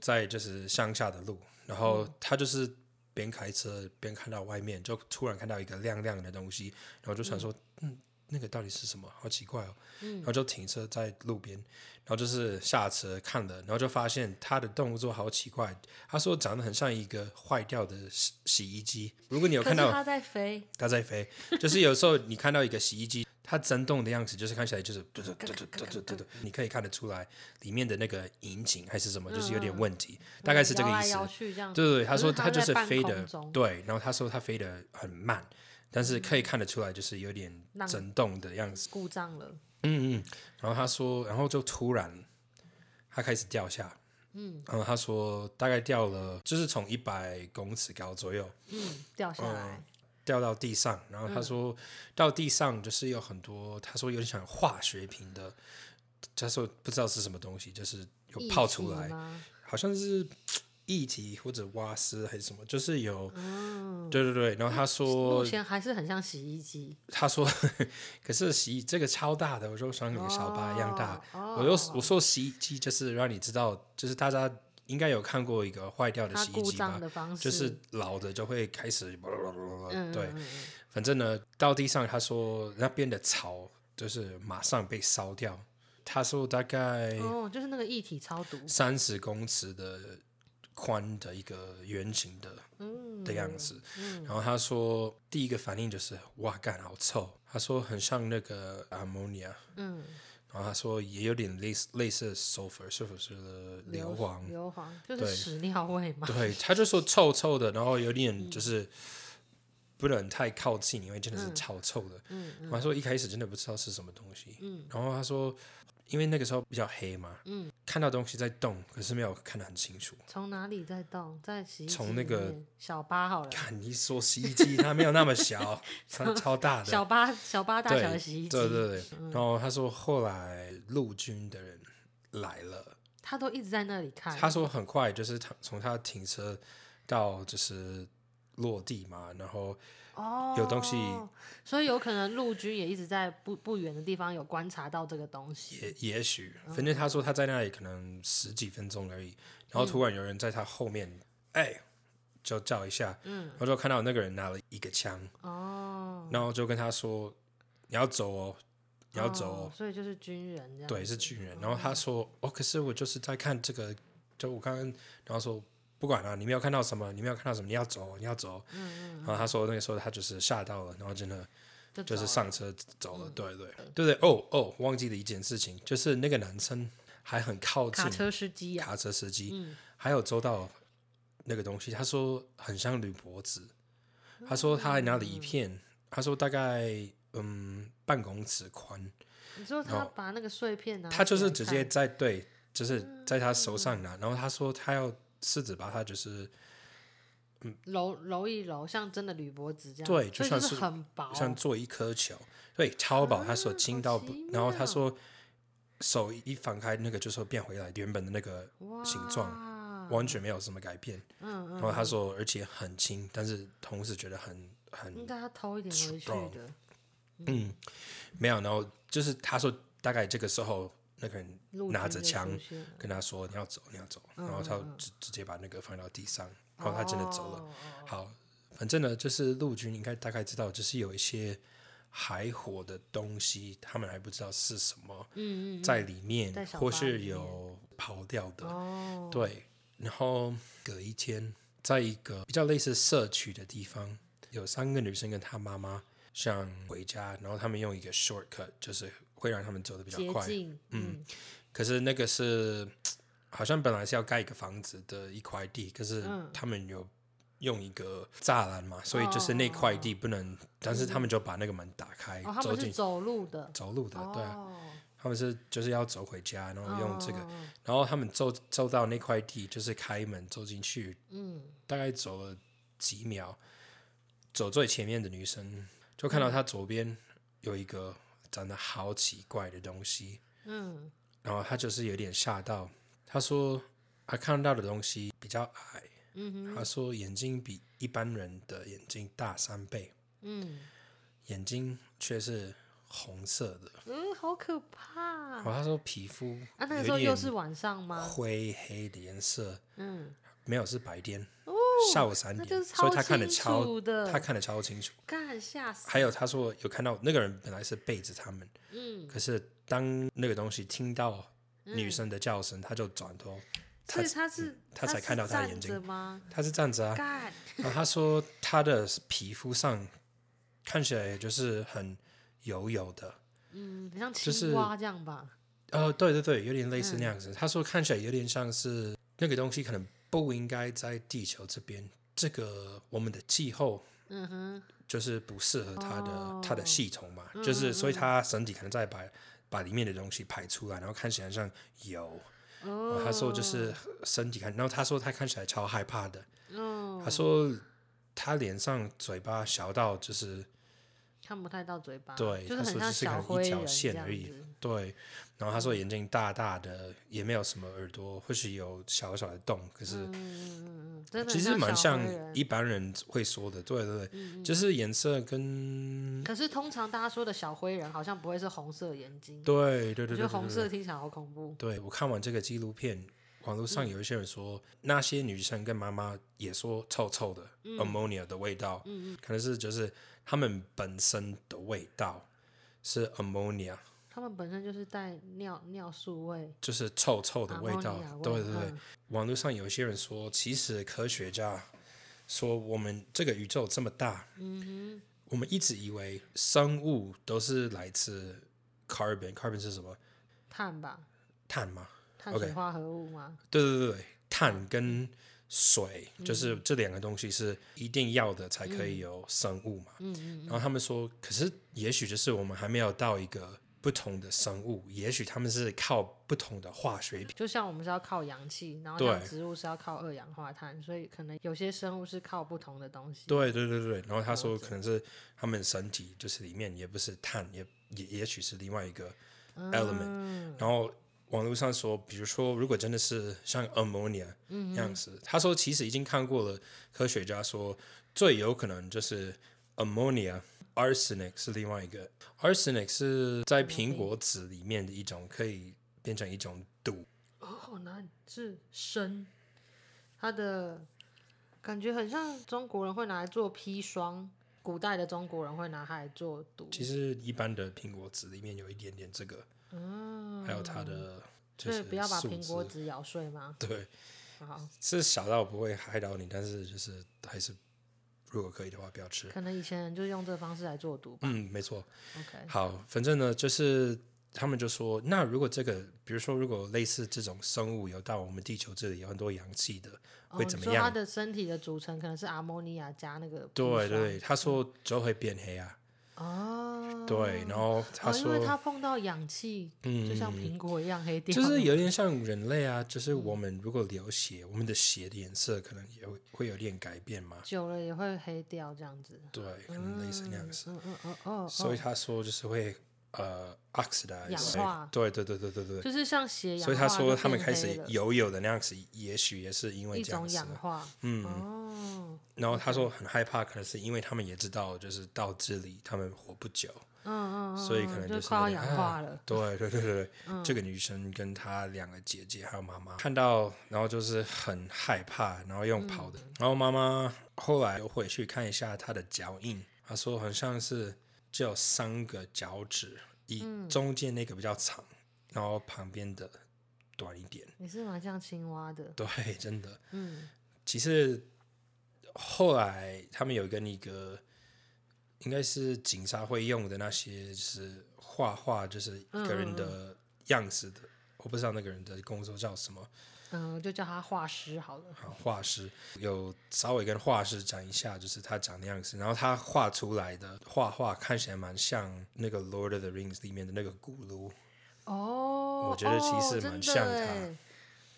S2: 在就是乡下的路，然后他就是边开车边看到外面，就突然看到一个亮亮的东西，然后就想说，嗯。那个到底是什么？好奇怪哦！然后就停车在路边，然后就是下车看了，然后就发现他的动作好奇怪。他说长得很像一个坏掉的洗洗衣机。如果你有
S1: 可
S2: 看
S1: 是
S2: 到，
S1: 他在飞，
S2: 它在飞， 就是有时候你看到一个洗衣机，它震动的样子，就是看起来就是嘟嘟嘟嘟嘟嘟嘟嘟，你可以看得出来里面的那个引擎还是什么，就是有点问题，大概是这个意
S1: 嗯
S2: 思
S1: 摇来摇。去这样。
S2: 对对对，他说
S1: 可
S2: 他就是
S1: 在半
S2: 飞
S1: 空
S2: 的
S1: 中，
S2: 对，然后他说他飞的很慢，但是可以看得出来就是有点
S1: 浪
S2: 震动的样子。
S1: 故障了，
S2: 嗯嗯，然后他说，然后就突然他开始掉下，嗯，然后他说大概掉了，就是从一百公尺高左右，
S1: 嗯，掉下来，
S2: 掉到地上，然
S1: 嗯
S2: 后他说、到地上就是有很多，他说有点像化学品的，他说不知道是什么东西，就是有
S1: 液
S2: 泡出
S1: 体
S2: 来，
S1: 吗？
S2: 好像是嘖液体或者瓦斯还是什么，就是有，
S1: 哦
S2: 对对对，然后他
S1: 目
S2: 说
S1: 前嗯还是很像洗衣机，
S2: 他说，可是洗衣这个超大的，我就像你的小巴一样大，
S1: 哦
S2: 我又我说洗衣机就是让你知道，就是大家应该有看过一个坏掉的
S1: 它
S2: 洗衣
S1: 故
S2: 机吧
S1: 障。的方式
S2: 就是老的就会开始，
S1: 嗯，
S2: 对
S1: 嗯，嗯嗯
S2: 反正呢，到地上他说那边的草就是马上被烧掉。他说大概
S1: 哦，就是那个液体超毒，
S2: 三十公尺的宽的一个圆形的
S1: 嗯，
S2: 的样子。然后他说第一个反应就是哇，干好臭。他说很像那个 ammonia。
S1: 嗯，
S2: 然后他说也有点类似类似 sulfur，sulfur 是硫磺。
S1: 硫磺就
S2: 对
S1: 是屎尿味嘛，
S2: 对，他就说臭臭的，然后有点就是不能太靠近，因为真的是超臭的。嗯，他说一开始真的不知道是什么东西。嗯，然后他说，因为那个时候比较黑嘛，嗯，看到东西在动，可是没有看得很清楚。
S1: 从哪里在动？在洗衣机
S2: 从那
S1: 里
S2: 个
S1: 面小巴好了，
S2: 看你说洗衣机，它没有那 么小，它超大的。
S1: 小巴小巴大
S2: 对
S1: 小的洗衣机，嗯
S2: 对对对。然后他说，后来陆军的人来了。
S1: 他都一直在那里看，
S2: 他说很快，就是他从他停车到就是落地嘛，然后
S1: 哦，
S2: 有东西
S1: 所以有可能陆军也一直在不不远的地方有观察到这个东西，
S2: 也也许，反正他说他在那里可能十几分钟而已，然后突然有人在他后面，哎、就叫一下，嗯，然后就看到那个人拿了一个枪，
S1: 哦，
S2: 然后就跟他说你要走哦，你要走
S1: 哦
S2: 哦，
S1: 所以就是军人这样，
S2: 对，，是军人。然后他说哦，可是我就是在看这个，就我刚刚，然后说不管了、你没有看到什么，你没有看到什么，你要走哦，你要走哦。然后他说那个时候他就是吓到了，然后真的。
S1: 就
S2: 就
S1: 走
S2: 是
S1: 了
S2: 上车走
S1: 嗯
S2: 了，对对对对哦哦，忘记了一件事情，就是那个男生还很靠近
S1: 卡车司机啊，
S2: 卡车司机，还有周到那个东西，他说很像铝箔纸，
S1: 哦
S2: 他说他还拿了一片，他说大概嗯半公尺宽，
S1: 你说他把那个碎片拿起来看，
S2: 他就是直接在对，就是在他手上拿，然后他说他要试着把它就是
S1: 揉揉一揉，像真的铝箔纸这样，
S2: 对
S1: 所以
S2: 就像
S1: 就是
S2: 是
S1: 很薄，
S2: 像做一颗球，对，超薄，他说
S1: 啊
S2: 轻
S1: 好
S2: 到
S1: 奇
S2: 不，然后他
S1: 妙
S2: 说手一放开，那个就说变回来原本的那个形状，
S1: 哇，
S2: 完全没有什么改变。
S1: 嗯
S2: 然后他说，而且很轻，但是同时觉得很
S1: 应
S2: 很
S1: 该要偷一点回去
S2: strong
S1: 的。
S2: 没有。然后就是他说，大概这个时候那个人
S1: 陆
S2: 拿
S1: 军
S2: 着
S1: 就
S2: 枪
S1: 出现了
S2: 跟他说你要走，你要走，
S1: 嗯
S2: 然后他直直接把那个放到地上，然后他真的走了。
S1: 哦
S2: 好，反正呢，就是陆军应该大概知道，就是有一些海火的东西，他们还不知道是什么，嗯嗯在里面，
S1: 在小
S2: 或
S1: 巴
S2: 是
S1: 里面
S2: 有跑掉的，
S1: 哦，
S2: 对。然后隔一天，在一个比较类似社区的地方，有三个女生跟她妈妈想回家，然后他们用一个 shortcut，就是会让他们走得比较
S1: 捷
S2: 快，
S1: 径，嗯，
S2: 可是那个是好像本来是要盖一个房子的一块地，可是
S1: 嗯
S2: 他们有用一个栅栏嘛，所以就是那块地不能，但是他们就把那个门打开，
S1: 哦嗯哦，他
S2: 嗯走
S1: 们是
S2: 进
S1: 走路的，
S2: 走路的，对啊，
S1: 哦，
S2: 他们是就是要走回家，然后用这个，
S1: 哦哦
S2: 然后他们走走到那块地，就是开门走进去，嗯，大概走了几秒，走最前面的女生就看到她左边有一个长得好奇怪的东西，
S1: 嗯，
S2: 啊然后他就是有点吓到，他说他看到的东西比较矮，
S1: 嗯
S2: 他说眼睛比一般人的眼睛大三倍，
S1: 嗯
S2: 眼睛却是红色的。
S1: 嗯，好可怕
S2: 然后他说皮肤
S1: 啊！那个时
S2: 有
S1: 候
S2: 一
S1: 又
S2: 点
S1: 是晚上吗？
S2: 灰黑的颜色，
S1: 嗯，
S2: 没有是白天，下午三
S1: 哦那就
S2: 点，
S1: 是
S2: 所以
S1: 超
S2: 他看得
S1: 清
S2: 超，
S1: 楚的，
S2: 他看得超清楚。
S1: 干吓死！
S2: 还有他说有看到那个人本来是背着他们，
S1: 嗯，
S2: 可是当那个东西听到女
S1: 嗯
S2: 生的叫声，他就转头，
S1: 所以他是
S2: 他才看到
S1: 是
S2: 他的
S1: 站
S2: 眼睛
S1: 着 吗？
S2: 他是站着啊，
S1: 干，
S2: 然后他说他的皮肤上看起来就是很油油的，
S1: 嗯，很像
S2: 就是
S1: 青蛙这样吧？
S2: 哦，对对对，有点类似
S1: 嗯
S2: 那样子。他说看起来有点像是那个东西可能不应该在地球这边，这个我们的气候
S1: 嗯哼，哦
S2: 就是不适合它的、它的系统嘛，
S1: 嗯
S2: 就是
S1: 嗯
S2: 所以它身体可能在把把里面的东西排出来，然后看起来像油。然
S1: 哦
S2: 后，他说就是身体看，然后他说他看起来超害怕的，
S1: 哦，
S2: 他说他脸上嘴巴小到就是。
S1: 看不太到嘴巴，
S2: 对
S1: 就是
S2: 他
S1: 很
S2: 说
S1: 像
S2: 只是
S1: 小
S2: 可能一
S1: 灰
S2: 条
S1: 人
S2: 线
S1: 这样
S2: 而已
S1: 子
S2: 对，然后他说眼睛大大的，也没有什么耳朵，或许有小小的洞，可是
S1: 嗯嗯嗯嗯，真的
S2: 其实
S1: 很
S2: 蛮
S1: 小
S2: 像
S1: 灰人嗯
S2: 一般人会说的，对对对，就是颜色跟
S1: 可是通常大家说的小灰人好像不会是红色眼睛，
S2: 对
S1: 我觉
S2: 对对对
S1: 得
S2: 对
S1: 红
S2: 对。
S1: 色听起来好恐怖。
S2: 对我看完这个纪录片，网络
S1: 嗯
S2: 上有一些人说，那些女生跟妈妈也说臭臭的、ammonia
S1: 嗯
S2: 的味道，可能是就是他们本身的味道是 ammonia，
S1: 他们本身就是带尿尿素味
S2: 就是臭臭的
S1: 阿
S2: 味
S1: 莫尼
S2: 道
S1: 亚，味，
S2: 对对对。
S1: 嗯
S2: 网络上有一些人说，其实科学家说我们这个宇宙这么大，
S1: 嗯
S2: 我们一直以为生物都是来自 carbon，carbon 是什么？
S1: 哼，碳吧，
S2: 碳吗？
S1: 碳水
S2: OK
S1: 化合物嘛，
S2: 对对对对，碳跟水，就是
S1: 嗯
S2: 这两个东西是一定要的才可以有生物嘛。
S1: 嗯嗯，
S2: 然后他们说，可是也许就是我们还没有到一个不同的生物，也许他们是靠不同的化学品。
S1: 就像我们是要靠氧气，然后像
S2: 对
S1: 植物是要靠二氧化碳，所以可能有些生物是靠不同的东西。
S2: 对对对对，然后他说可能是他们身体就是里面也不是碳，也也也许是另外一个
S1: 啊
S2: element，、然后网络上说，比如说如果真的是像 ammonia
S1: 嗯
S2: 那样子，他说其实已经看过了，科学家说最有可能就是 ammonia。arsenic 是另外一个，arsenic 是在苹果籽里面的一种，可以变成一种毒。
S1: 哦，好难，是砷，它的感觉很像中国人会拿来做砒霜，古代的中国人会拿它来做毒，
S2: 其实一般的苹果籽里面有一点点这个，嗯，还有它的
S1: 哦所
S2: 就是
S1: 以不要把
S2: 树
S1: 苹果
S2: 脂
S1: 籽咬碎吗？
S2: 对，
S1: 好，
S2: 是小到不会害到你，但是就是还是如果可以的话，不要吃。
S1: 可能以前人就用这方式来做毒吧。
S2: 嗯，没错。
S1: OK，
S2: 好，反正呢，就是他们就说，那如果这个，比如说，如果类似这种生物有到我们地球这里有很多氧气的，
S1: 哦，
S2: 会
S1: 你
S2: 怎么
S1: 说它
S2: 样
S1: 的身体的组成可能是阿莫尼亚加那个砒霜
S2: 对对，他说就会变黑啊。
S1: 哦，
S2: 对，然后他
S1: 哦，因
S2: 说，嗯
S1: 为它碰到氧气，就像苹果一样黑掉，
S2: 就是有点像人类啊，就是我
S1: 嗯
S2: 们如果流血，我们的血的颜色可能也会会有点改变嘛。
S1: 久了也会黑掉这样子。
S2: 对，可能类似那样子。
S1: 嗯嗯嗯哦，
S2: 所以他说就是会呃 oxidize
S1: 氧
S2: 所以
S1: 化
S2: 对对对对对对。
S1: 就是像血氧化
S2: 所
S1: 就变
S2: 以
S1: 黑了，
S2: 他说他们开始游泳的那样子，也许也是因为
S1: 一
S2: 这样
S1: 种
S2: 子
S1: 氧。化，嗯，哦，
S2: 然后他说很害怕，可能是因为他们也知道，就是到这里他们活不久，
S1: 嗯嗯，
S2: 所以可能
S1: 就是快要
S2: 有点
S1: 氧化
S2: 啊
S1: 了，
S2: 对对对对对，这个女生跟她两个姐姐还有妈妈看到，然后就是很害怕，然后用跑的。然后妈妈后来又回去看一下她的脚印，她说好像是只有三个脚趾，一、中间那个比较长，然后旁边的短一点。
S1: 你是蛮像青蛙的，
S2: 对，真的。
S1: 嗯
S2: 其实后来他们有跟一个，应该是警察会用的那些，就是画画，就是一个
S1: 嗯
S2: 人的样子的。我不知道那个人的工作叫什么，
S1: 嗯，就叫它化石好了，
S2: 啊画师有稍微跟画师讲一下，就是他长的样子，然后他画出来的画画看起来蛮像那个《Lord of the Rings》里面的那个咕噜，
S1: 哦，
S2: 我觉得其
S1: 哦
S2: 实
S1: 真
S2: 蛮
S1: 的
S2: 像它
S1: 欸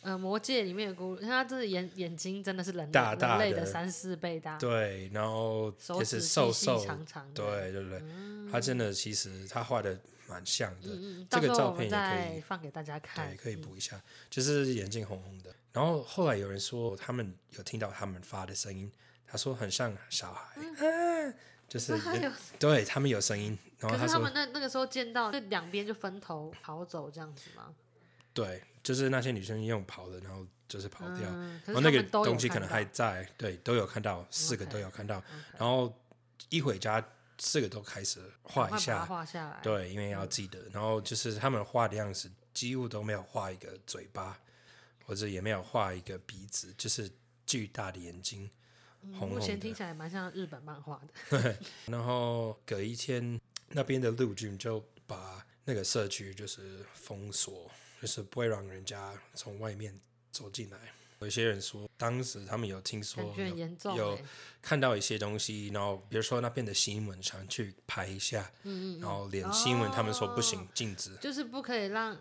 S1: 呃，《魔戒》里面有个，他这眼眼睛真的是人类
S2: 大大
S1: 人类的
S2: 的
S1: 三四倍大，
S2: 对，然后
S1: 手
S2: 也
S1: 指
S2: 是
S1: 细
S2: 瘦
S1: 细
S2: 瘦，
S1: 长长的。嗯
S2: 对对对，他真的其实他画的蛮像的，
S1: 嗯，嗯，
S2: 这
S1: 到
S2: 个
S1: 时
S2: 照
S1: 候我
S2: 片
S1: 们
S2: 也可以
S1: 再放给大家看
S2: 对，。可以补一下，就是眼睛红红的。然后后来有人说他们有听到他们发的声音，他说很像小孩，啊就是
S1: 嗯还有，
S2: 对他们有声音，然后
S1: 可是他
S2: 说
S1: 们那那个时候见到，那两边就分头跑走这样子嘛。
S2: 对，就是那些女生用跑的，然后就是跑掉，
S1: 嗯，可是
S2: 然后那
S1: 他
S2: 个
S1: 们都有
S2: 东西可
S1: 看
S2: 能
S1: 到嗯
S2: 还在，对，都有看到，四个
S1: OK，
S2: 都有看到，然后一回家四个都开始画
S1: 快把
S2: 一
S1: 它
S2: 下，
S1: 画下来。嗯
S2: 对，因为要记得，然后就是他们画的样子几乎都没有画一个嘴巴，或者也没有画一个鼻子，就是巨大的眼睛，
S1: 嗯，
S2: 红
S1: 目
S2: 红
S1: 前
S2: 的
S1: 听起来蛮像日本漫画的。
S2: 然后隔一天，那边的陆军就把那个社区就是封锁，就是不会让人家从外面走进来。有一些人说，当时他们有听说
S1: 感觉很
S2: 有
S1: 严重、欸。
S2: 有看到一些东西，然后比如说那边的新闻想去拍一下，
S1: 嗯嗯
S2: 然后连新闻他们说不行
S1: 哦，
S2: 禁止
S1: 嗯，。就是不可以让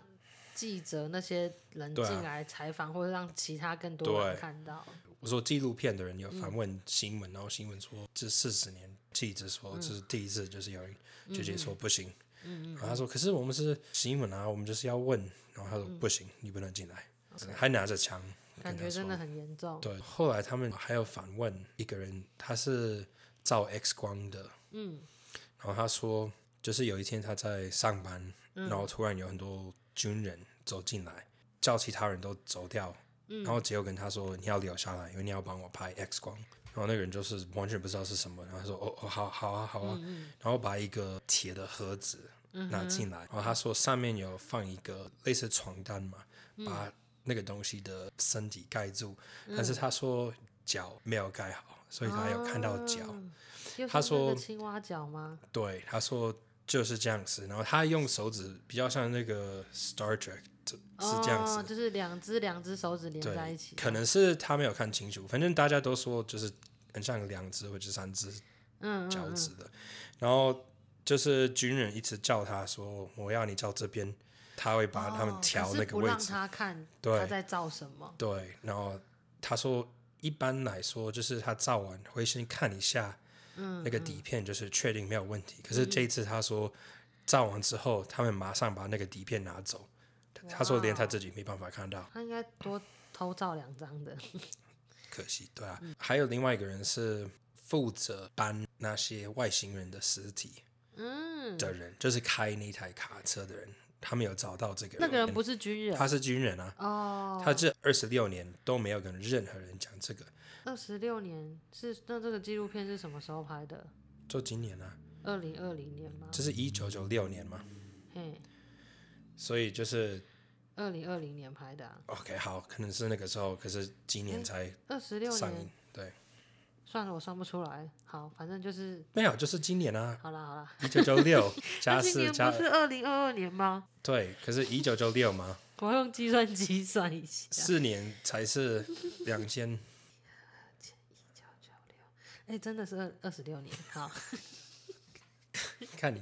S1: 记者那些人
S2: 对啊
S1: 进来采访，或者让其他更多人
S2: 对
S1: 看到。
S2: 我说纪录片的人
S1: 嗯
S2: 有访问新闻，然后新闻说这四十年记者说
S1: 嗯
S2: 这是第一次，就是有人姐姐说不行，
S1: 嗯
S2: 然后他说可是我们是新闻啊，我们就是要问，然后他说不行，你不能进来，还拿着枪
S1: 嗯感
S2: 跟他
S1: 觉真的
S2: 说。
S1: 很严重。
S2: 对，后来他们还有反问一个人，他是照 X 光的，
S1: 嗯，
S2: 然后他说就是有一天他在上班，然后突然有很多军人走进来，叫其他人都走掉，然后只有跟他说你要留下来，因为你要帮我拍 X 光。然后那个人就是完全不知道是什么，然后他说哦哦好好啊好啊，
S1: 嗯
S2: 然后把一个铁的盒子拿进来，然后他说上面有放一个类似床单嘛，
S1: 嗯
S2: 把那个东西的身体盖住，但是他说脚没有盖好，所以他有看到脚。
S1: 哦又
S2: 他
S1: 是那个
S2: 说
S1: 青蛙脚吗？
S2: 对，他说就是这样子，然后他用手指比较像那个 Star Trek 这是这样子，
S1: 哦，就是两只两只手指连
S2: 对
S1: 在一起。
S2: 可能是他没有看清楚，反正大家都说就是很像两只或者三只
S1: 嗯嗯
S2: 脚
S1: 嗯，
S2: 趾的，然后就是军人一直叫他说我要你照这边，他会把他
S1: 哦
S2: 们
S1: 可
S2: 调
S1: 是
S2: 那个
S1: 不
S2: 位
S1: 让
S2: 置，
S1: 他看他
S2: 对
S1: 在照什么。
S2: 对，然后他说一般来说就是他照完会先看一下
S1: 嗯，
S2: 那个底片，就是确定没有问题。可是这一次他说照完之后，他们马上把那个底片拿走。他他说连他自己没办法看到，
S1: 他应该多偷照两张的。
S2: 可惜，对啊。还有另外一个人是负责搬那些外星人的尸体
S1: 嗯，
S2: 的人，就是开那台卡车的人，他们有找到这个
S1: 那个人不是军人
S2: 他是军人啊，
S1: 哦。
S2: 他这二十六年都没有跟任何人讲这个，
S1: 二十六年是那这个纪录片是什么时候拍的？
S2: 就今年啊，
S1: 二零二零年吗？
S2: 这是一九九六年嘛，
S1: 嘿，
S2: 所以就是
S1: 二零二零年拍的、啊，
S2: OK 好，可能是那个时候，可是今年才
S1: 二十六
S2: 上
S1: 年
S2: 映，，对，
S1: 算了，我算不出来。好，反正就是
S2: 没有，就是今年啊，
S1: 好啦好啦。
S2: 一九九六加
S1: 那今
S2: 四
S1: 年
S2: 加
S1: 不是二零二二年吗？
S2: 对，可是一九九六 嘛，
S1: 我要用计算机算一下。
S2: 四年才是两千，
S1: 哎、真的是二二十 六年。好，
S2: 看你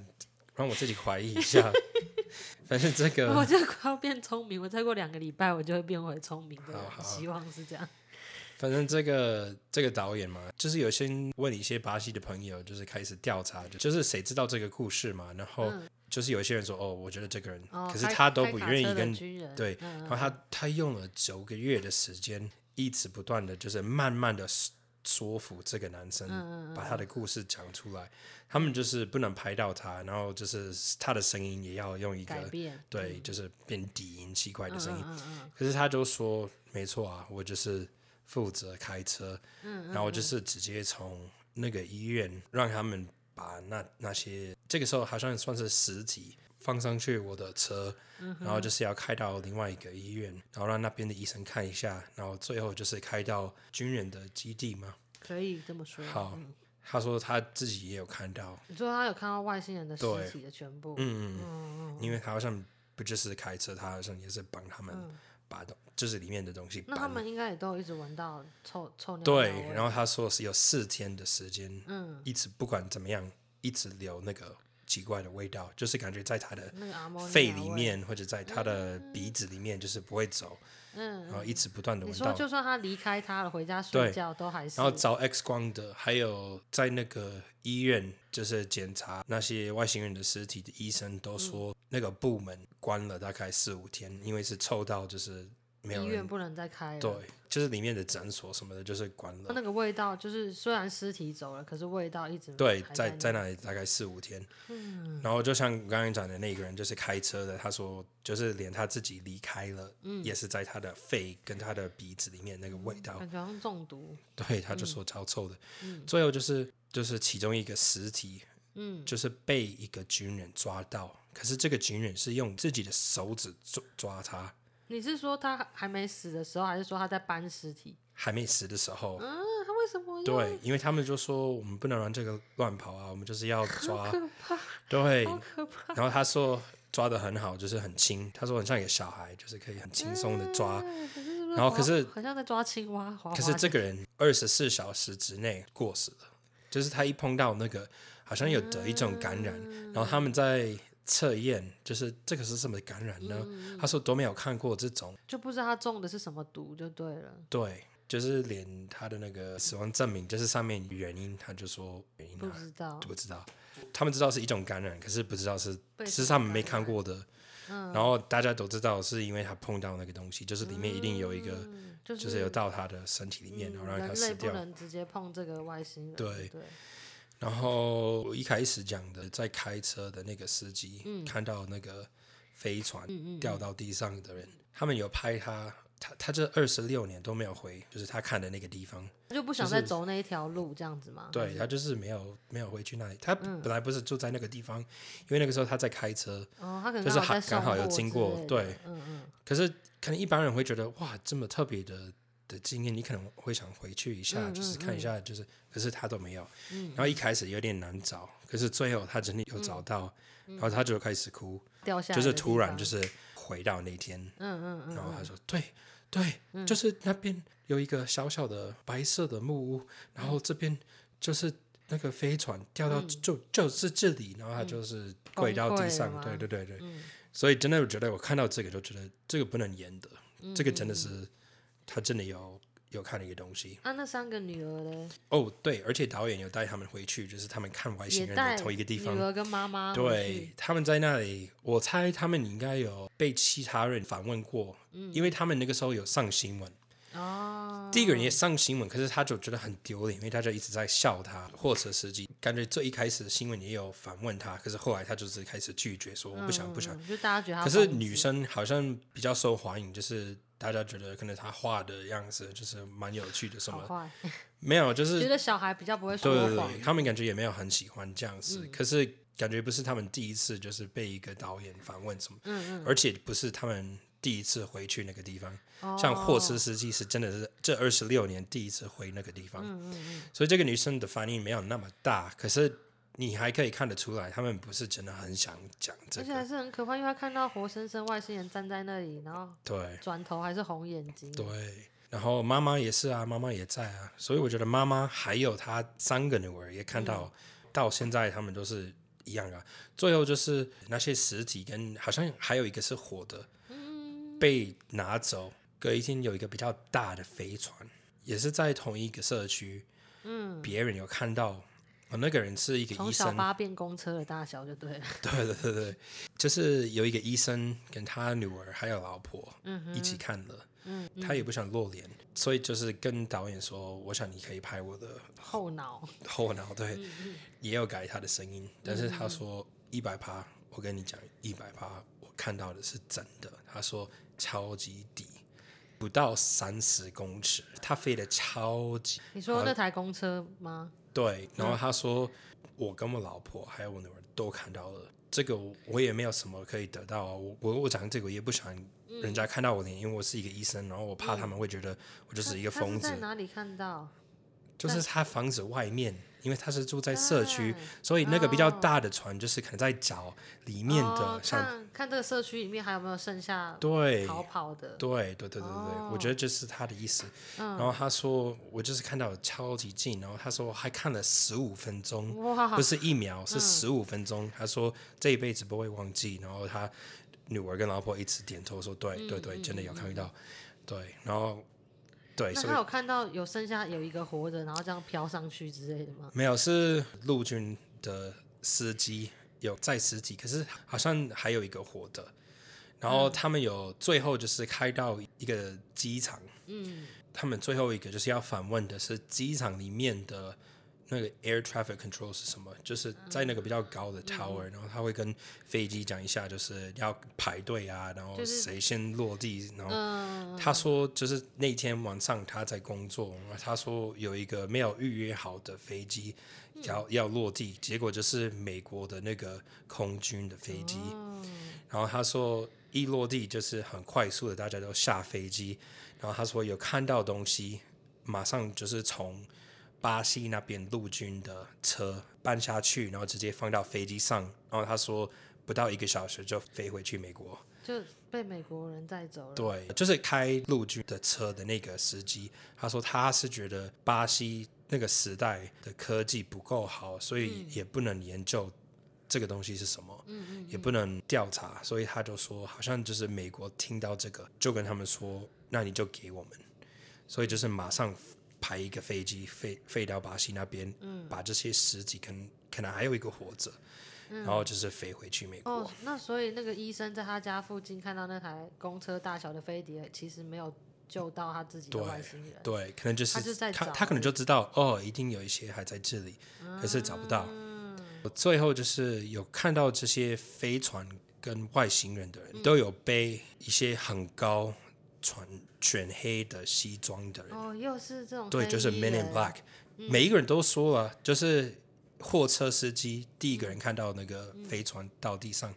S2: 让我自己怀疑一下， 反正这
S1: 我
S2: 个
S1: 就快要变聪明，我再过两个礼拜我就会变回聪明的人，
S2: 好好
S1: 希望是这样。
S2: 反正这个这个导演嘛，就是有些问一些巴西的朋友，就是开始调查，就是谁知道这个故事嘛，然后就是有一些人说哦，我觉得这个人，
S1: 嗯哦，
S2: 可是
S1: 开
S2: 他都
S1: 开
S2: 不
S1: 卡
S2: 愿
S1: 车的
S2: 意跟
S1: 军人
S2: 对，
S1: 嗯
S2: 然后他他用了九个月的时间，一直不断的就是慢慢的说服这个男
S1: 嗯
S2: 生，把他的故事讲出来。他们就是不能拍到他，然后就是他的声音也要用一
S1: 改
S2: 个
S1: 变，
S2: 对，就是变低音奇怪的声音。
S1: 嗯嗯
S2: 可是他就说，没错啊，我就是负责开车，
S1: 嗯
S2: 然后我就是直接从那个医院让他们把那那些这个时候好像算是实体放上去我的车，
S1: 嗯
S2: 然后就是要开到另外一个医院，然后让那边的医生看一下，然后最后就是开到军人的基地嘛。
S1: 可以这么说。
S2: 好，他说他自己也有看到，
S1: 你说他有看到外星人的尸
S2: 对
S1: 体的全部？
S2: 嗯，因为他好像不就是开车，他好像也是帮他们把东，就是里面的东西
S1: 嗯那
S2: 搬
S1: 他们应该也都有一直闻到臭臭尿
S2: 对
S1: 尿味，
S2: 然后他说是有四天的时间，
S1: 啊嗯
S2: 一直不管怎么样，一直流那个奇怪的味道，就是感觉在他的
S1: 那个阿猫
S2: 肺里，面或者在他的鼻子里面，就是不会走，然
S1: 嗯，
S2: 后一直不断的
S1: 你
S2: 闻
S1: 说
S2: 到。
S1: 就算他离开他了，回家
S2: 对
S1: 睡觉都还是，
S2: 然后找 X 光的，还有在那个医院就是检查那些外星人的尸体的医生
S1: 嗯
S2: 都说，那个部门关了大概四五天，因为是臭到就是没有
S1: 医
S2: 人
S1: 院不能再开了，
S2: 对，就是里面的诊所什么的，就是关了。
S1: 那个味道就是虽然尸体走了，可是味道一直
S2: 对，
S1: 还
S2: 在
S1: 在嗯
S2: 在那里大概四五天。然后就像我刚才讲的那个人，就是开车的，他说就是连他自己离开了，
S1: 嗯
S2: 也是在他的肺跟他的鼻子里面那个味道，
S1: 感觉好像中毒，
S2: 对，
S1: 嗯
S2: 他就说超臭的。最后就是就是其中一个尸体，
S1: 嗯，
S2: 就是被一个军人抓到，可是这个军人是用自己的手指抓抓他，
S1: 你是说他还没死的时候，还是说他在搬尸体？
S2: 还没死的时候。
S1: 嗯，他为什么要
S2: 对，因为他们就说我们不能让这个乱跑啊，我们就是要抓。
S1: 可怕，
S2: 对，
S1: 好可怕！
S2: 然后他说抓的很好，就是很轻。他说很像一个小孩，就是可以很轻松的抓。
S1: 哎可是
S2: 然后可是
S1: 好像在抓青蛙，滑滑
S2: 可是
S1: 的
S2: 这个人二十四小时之内过世了，就是他一碰到那个，好像有得一种感染。
S1: 嗯
S2: 然后他们在测验，就是这个是什么感染呢？
S1: 嗯
S2: 他说都没有看过这种，
S1: 就不知道他中的是什么毒，就对了，
S2: 对，就是连他的那个死亡证明，就是上面原因，他就说原因
S1: 不
S2: 啊
S1: 知道
S2: 不知道。他们知道是一种感染，可是不知道是
S1: 被什
S2: 是
S1: 么
S2: 他们没
S1: 感
S2: 看过的。然后大家都知道是因为他碰到那个东西，就是里面一定有一个，
S1: 就嗯
S2: 就是有到他的身体里面，然后让他
S1: 人
S2: 死
S1: 类不
S2: 掉。
S1: 能直接碰这个外星人，
S2: 对
S1: 对对，
S2: 然后我一开始讲的，在开车的那个司机、看到那个飞船掉到地上的人，他们有拍他，他他这二十六年都没有回，就是他看的那个地方，
S1: 他就不想再走那一条路这样子嘛，
S2: 对他就是没有没有回去那里。他本来不是住在那个地方，因为那个时候他在开车，
S1: 哦，他可能
S2: 就是
S1: 在
S2: 还
S1: 送
S2: 刚好有
S1: 货
S2: 经
S1: 之
S2: 过
S1: 类的
S2: 对
S1: 嗯嗯，
S2: 可是可能一般人会觉得哇，这么特别的的经验，你可能会想回去一下，
S1: 嗯
S2: 就是看一下，就是可是他都没有。然后一开始有点难找，可是最后他真的有
S1: 嗯
S2: 找到，然后他就开始哭，
S1: 掉下来
S2: 就
S1: 的
S2: 是
S1: 地
S2: 突然
S1: 方
S2: 就是回到那天，
S1: 嗯嗯嗯，
S2: 然后他说对。对，就是那边有一个小小的白色的木屋，然
S1: 嗯
S2: 后这边就是那个飞船掉到就、就是这里，然后他就是跪到
S1: 嗯崩溃
S2: 地
S1: 了
S2: 上，
S1: 吗嗯
S2: 对对对对，所以真的我觉得我看到这个就觉得这个不能演的，
S1: 嗯
S2: 这个真的是他真的有有看那个东西
S1: 啊，那三个女儿嘞，
S2: 哦，对，而且导演有带他们回去，就是他们看外星
S1: 也
S2: 人
S1: 带
S2: 的同一个地
S1: 女
S2: 方。
S1: 儿跟妈妈回
S2: 对
S1: 去，，
S2: 他们在那里，我猜他们应该有被其他人访问过，因为他们那个时候有上新闻，
S1: 哦，
S2: 第一个人也上新闻，可是他就觉得很丢脸，因为大家一直在笑他。货车司机感觉最一开始新闻也有反问他，可是后来他就是开始拒绝说我不想不想。
S1: 嗯，就大家觉得他
S2: 可是
S1: 疯子
S2: 女生好像比较受欢迎，就是大家觉得可能她画的样子就是蛮有趣的，什
S1: 好
S2: 么
S1: 坏，
S2: 没有，就是
S1: 觉得小孩比较不会说
S2: 对对
S1: 谎
S2: 对，，他们感觉也没有很喜欢这样子，可是感觉不是他们第一次就是被一个导演访问什么，嗯嗯而且不是他们第一次回去那个地方，像货车司机是真的是这二十六年第一次回那个地方，嗯嗯所以这个女生的反应没有那么大，可是你还可以看得出来，他们不是真的很想讲这
S1: 而且还
S2: 个，
S1: 是很可怕，因为他看到活生生外星人站在那里，然后
S2: 对
S1: 转头还是红眼睛，
S2: 对。然后妈妈也是啊，妈妈也在啊，所以我觉得妈妈还有她三个女儿也看到，
S1: 嗯
S2: 到现在他们都是一样啊。最后就是那些实体跟好像还有一个是火的，
S1: 嗯
S2: 被拿走。隔一天有一个比较大的飞船，也是在同一个社区，嗯，别人有看到，哦，那个人是一个医
S1: 从小
S2: 生，
S1: 八变公车的大小就对了，
S2: 对 对对对，就是有一个医生跟他女儿还有老婆一起看了，嗯，他也不想露脸，所以就是跟导演说，我想你可以拍我的
S1: 后脑
S2: 后脑，对，也有改他的声音，但是他说一百趴，我跟你讲一百趴，我看到的是真的，他说超级低，不到三十公尺，他飞得超级
S1: 你说那台公车吗？
S2: 对，
S1: 嗯
S2: 然后他说，我跟我老婆还有我女儿都看到了，这个我我也没有什么可以得到啊。我我我讲这个，我也不想
S1: 嗯
S2: 人家看到我脸，因为我是一个医生，然后我怕他们会觉得我就是一个
S1: 他他
S2: 疯
S1: 是
S2: 子
S1: 在。哪里看到？
S2: 就是他房子外面，因为他是住在社区，所以那个比较大的船就是可能在找里面
S1: 哦
S2: 的，像
S1: 看看这个社区里面还有没有剩下
S2: 对
S1: 逃跑哦的，
S2: 对对对对对，我觉得这是他的意思。
S1: 嗯
S2: 然后他说，我就是看到超级近，然后他说还看了十五分钟，
S1: 哇
S2: 不是一秒，
S1: 嗯
S2: 是十五分钟。他说这一辈子不会忘记。然后他女儿跟老婆一直点头说：“对对对，真的有看到。”对，然后
S1: 嗯
S2: 对，
S1: 那
S2: 所
S1: 他
S2: 以
S1: 有看到有剩下有一个活着，然后这样飘上去之类的吗？
S2: 没有是陆军的司机有载尸体，可是好像还有一个活的。然后他们有最后就是开到一个机场，
S1: 嗯，
S2: 他们最后一个就是要反问的是机场里面的那个 air traffic control 是什么？就是在那个比较高
S1: 嗯
S2: 的 tower，、然后他会跟飞机讲一下，就是要排队啊，然后
S1: 就是
S2: 谁先落地，然后
S1: 嗯，
S2: 他说就是那天晚上他在工作，然后他说有一个没有预约好的飞机要、要落地，结果就是美国的那个空军的飞机，然后他说一落地就是很快速的，大家都下飞机，然后他说有看到东西，马上就是从巴西那边陆军的车搬下去，然后直接放到飞机上，然后他说不到一个小时就飞回去美国。
S1: 就被美国人带走了。
S2: 对，就是开陆军的车的那个司机，他说他是觉得巴西那个时代的科技不够好，所以也不能研究这个东西是什么，嗯嗯也不能调查，所以他就说，好像就是美国听到这个，就跟他们说，那你就给我们，所以就是马上排一个飞机飞飞到巴西那边，嗯、把这些尸体跟可能还有一个活着，然后就是飞回去美国。
S1: 哦，那所以那个医生在他家附近看到那台公车大小的飞碟，其实没有救到他自己的
S2: 对
S1: 外星人。
S2: 对，可能就是
S1: 他就在
S2: 他
S1: 找
S2: 他可能就知道哦，一定有一些还在这里，可是找不到。
S1: 嗯
S2: 我最后就是有看到这些飞船跟外星人的人、
S1: 嗯
S2: 都有背一些很高穿全黑的西装的人，
S1: 哦，又是这种
S2: 对，
S1: 黑
S2: 就是 Men
S1: 衣
S2: in
S1: 人
S2: Black，、每一个人都说了，就是货车司机第一个人看到那个飞船到地上，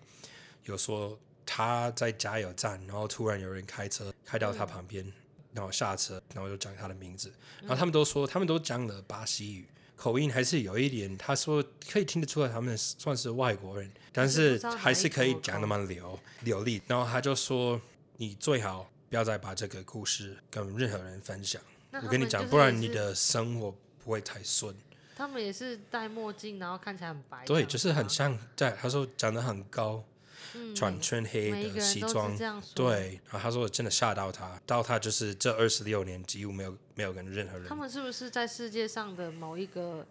S2: 有说他在加油站，然后突然有人开车开到他旁边，然后下车，然后就讲他的名字，然后他们都说，他们都讲了巴西语。口音还是有一点，他说可以听得出来，他们算是外国人，但
S1: 是不
S2: 是
S1: 知道哪
S2: 还是
S1: 一
S2: 可以
S1: 国口
S2: 讲的蛮流流利。然后他就说，你最好不要再把这个故事跟任何人分享。
S1: 那他
S2: 我跟你
S1: 们就
S2: 讲，
S1: 是
S2: 不然
S1: 也
S2: 你
S1: 是
S2: 的生活不会太顺。
S1: 他们也是戴墨镜，然后看起来很白这样
S2: 对，
S1: 子吗。
S2: 就是很像在他说长得很高，穿全
S1: 嗯每
S2: 黑
S1: 一个
S2: 的
S1: 人
S2: 西
S1: 都
S2: 装
S1: 是这，样说。，
S2: 对。然后他说真的吓到他，到他就是这二十六年几乎没有没有跟任何人
S1: 他们是不是在世界上的某一个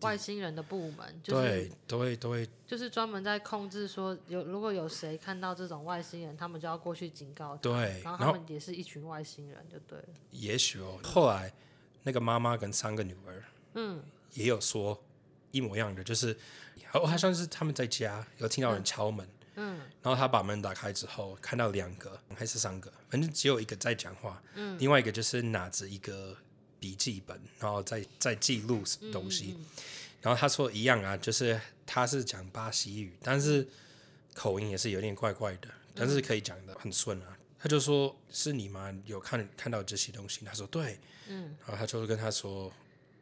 S1: 外星人的部门？就是
S2: 对对对
S1: 就是专门在控制说有如果有谁看到这种外星人，他们就要过去警告他。
S2: 对。
S1: 然
S2: 然
S1: 后他
S2: 后
S1: 们也是一群外星人，就对了。
S2: 也许哦，后来那个妈妈跟三个女儿，
S1: 嗯，
S2: 也有说一模一样的，就是哦，好像是他们在家有听到人敲门，
S1: 嗯，
S2: 然后他把门打开之后，看到两个还是三个，反正只有一个在讲话，嗯，另外一个就是拿着一个笔记本，然后在在记录东西，然后他说一样啊，就是他是讲巴西语，但是口音也是有点怪怪的，
S1: 嗯
S2: 但是可以讲的很顺啊。他就说：“是你吗？有看看到这些东西？”他说：“对。”嗯，然后他就跟他说：“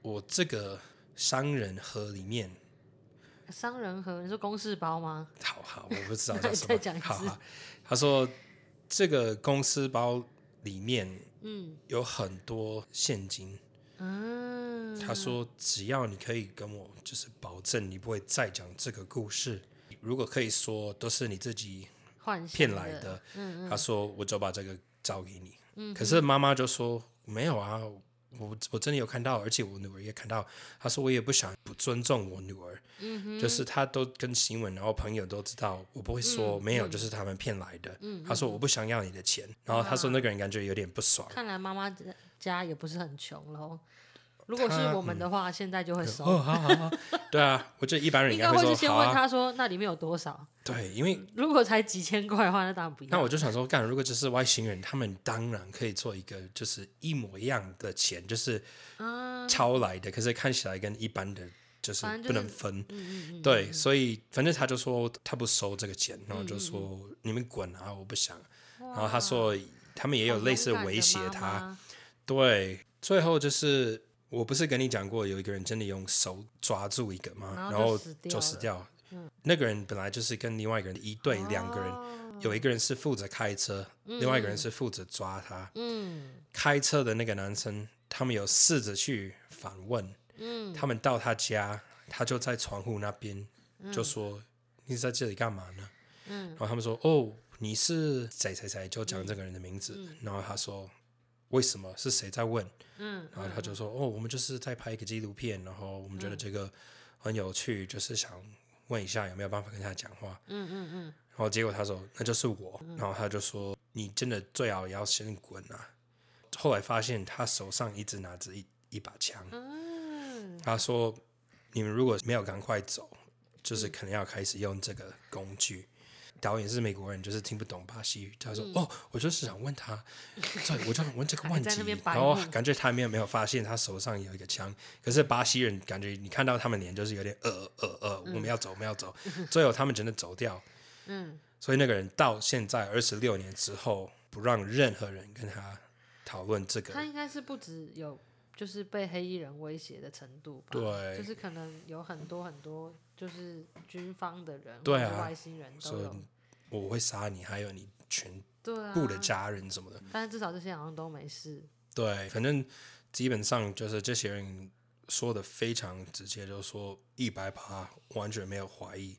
S2: 我这个商人盒里面，
S1: 商人和你说公事包吗？
S2: 好好，我不知道
S1: 那
S2: 叫
S1: 你
S2: 什
S1: 再讲一
S2: 么，
S1: 次
S2: 好好。他说这个公司包里面，嗯，有很多现金。
S1: 嗯，
S2: 他说只要你可以跟我就是保证你不会再讲这个故事，如果可以说都是你自己
S1: 幻想
S2: 骗来的，
S1: 嗯
S2: 他说我就把这个找给你。可是妈妈就说没有啊，我我真的有看到，而且我女儿也看到。她说我也不想不尊重我女儿，
S1: 嗯
S2: 就是她都跟新闻，然后朋友都知道，我不会
S1: 嗯
S2: 说、没有，就是他们骗来的。她说我不想要你的钱，然后她说那个人感觉有点不爽。
S1: 看来妈妈家家也不是很穷喽。如果是我们的话，现在就会收。
S2: 嗯哦，好好 好，对啊，我觉得一般人
S1: 应
S2: 该
S1: 该会
S2: 说
S1: 是先
S2: 好
S1: 问
S2: 啊，
S1: 他说那里面有多少？
S2: 对，因为
S1: 如果才几千块的话，那当然不要。
S2: 那我就想说，干，如果这是外星人，他们当然可以做一个就是一模一样的钱，就是抄来的，可是看起来跟一般的就是
S1: 啊反正就是嗯
S2: 不能分。对，所以反正他就说他不收这个钱，然后
S1: 嗯
S2: 就说、你们滚啊，我不想。然后他
S1: 哦
S2: 说他们也有类似威胁
S1: 好勇
S2: 他，
S1: 敢的妈妈
S2: 对，最后就是我不是跟你讲过，有一个人真的用手抓住一个吗？
S1: 然后
S2: 然后
S1: 就死掉
S2: 就死
S1: 了嗯
S2: 掉。那个人本来就是跟另外一个人一对两个人，
S1: 哦
S2: 有一个人是负责开车，另外一个人是负责抓他。
S1: 嗯
S2: 开车的那个男生，他们有试着去反问，
S1: 嗯
S2: 他们到他家，他就在窗户那边，就说：“你在这里干嘛呢？”
S1: 嗯
S2: 然后他们说：“哦，你是谁谁谁？”就讲这个人的名字。然后他说：“为什么？是谁在问？”
S1: 嗯
S2: 然后他就说：“哦，我们就是在拍一个纪录片，然后我
S1: 嗯
S2: 们觉得这个很有趣，就是想问一下有没有办法跟他讲话。”
S1: 嗯嗯嗯，
S2: 然后结果他说那就是我，然后他就说你真的最好要先滚啊！后来发现他手上一直拿着一一把枪，他说你们如果没有赶快走，就是可能要开始用这个工具。导演是美国人，就是听不懂巴西语。
S1: 嗯
S2: 他说：“哦，我就是想问他，对，我就想问这个问
S1: 在
S2: 题
S1: 那边。”白
S2: 然后
S1: 目
S2: 感觉他没有没有发现他手上有一个枪，可是巴西人感觉你看到他们脸就是有点呃呃呃，我
S1: 嗯
S2: 们要走，我们要走。最后他们真的走掉，所以那个人到现在二十六年之后，不让任何人跟他讨论这
S1: 他
S2: 个。
S1: 应该是不止有就是被黑衣人威胁的程度吧，就
S2: 对，
S1: 是可能有很多很多就是军方的人，
S2: 对
S1: 或
S2: 啊
S1: 者是外星人都
S2: 所以
S1: 有，
S2: 我会杀你，还有你全
S1: 对啊，
S2: 部的家人什么的。
S1: 但是至少这些好像都没事，
S2: 对，反正基本上就是这些人说的非常直接，就是说一百趴完全没有怀疑，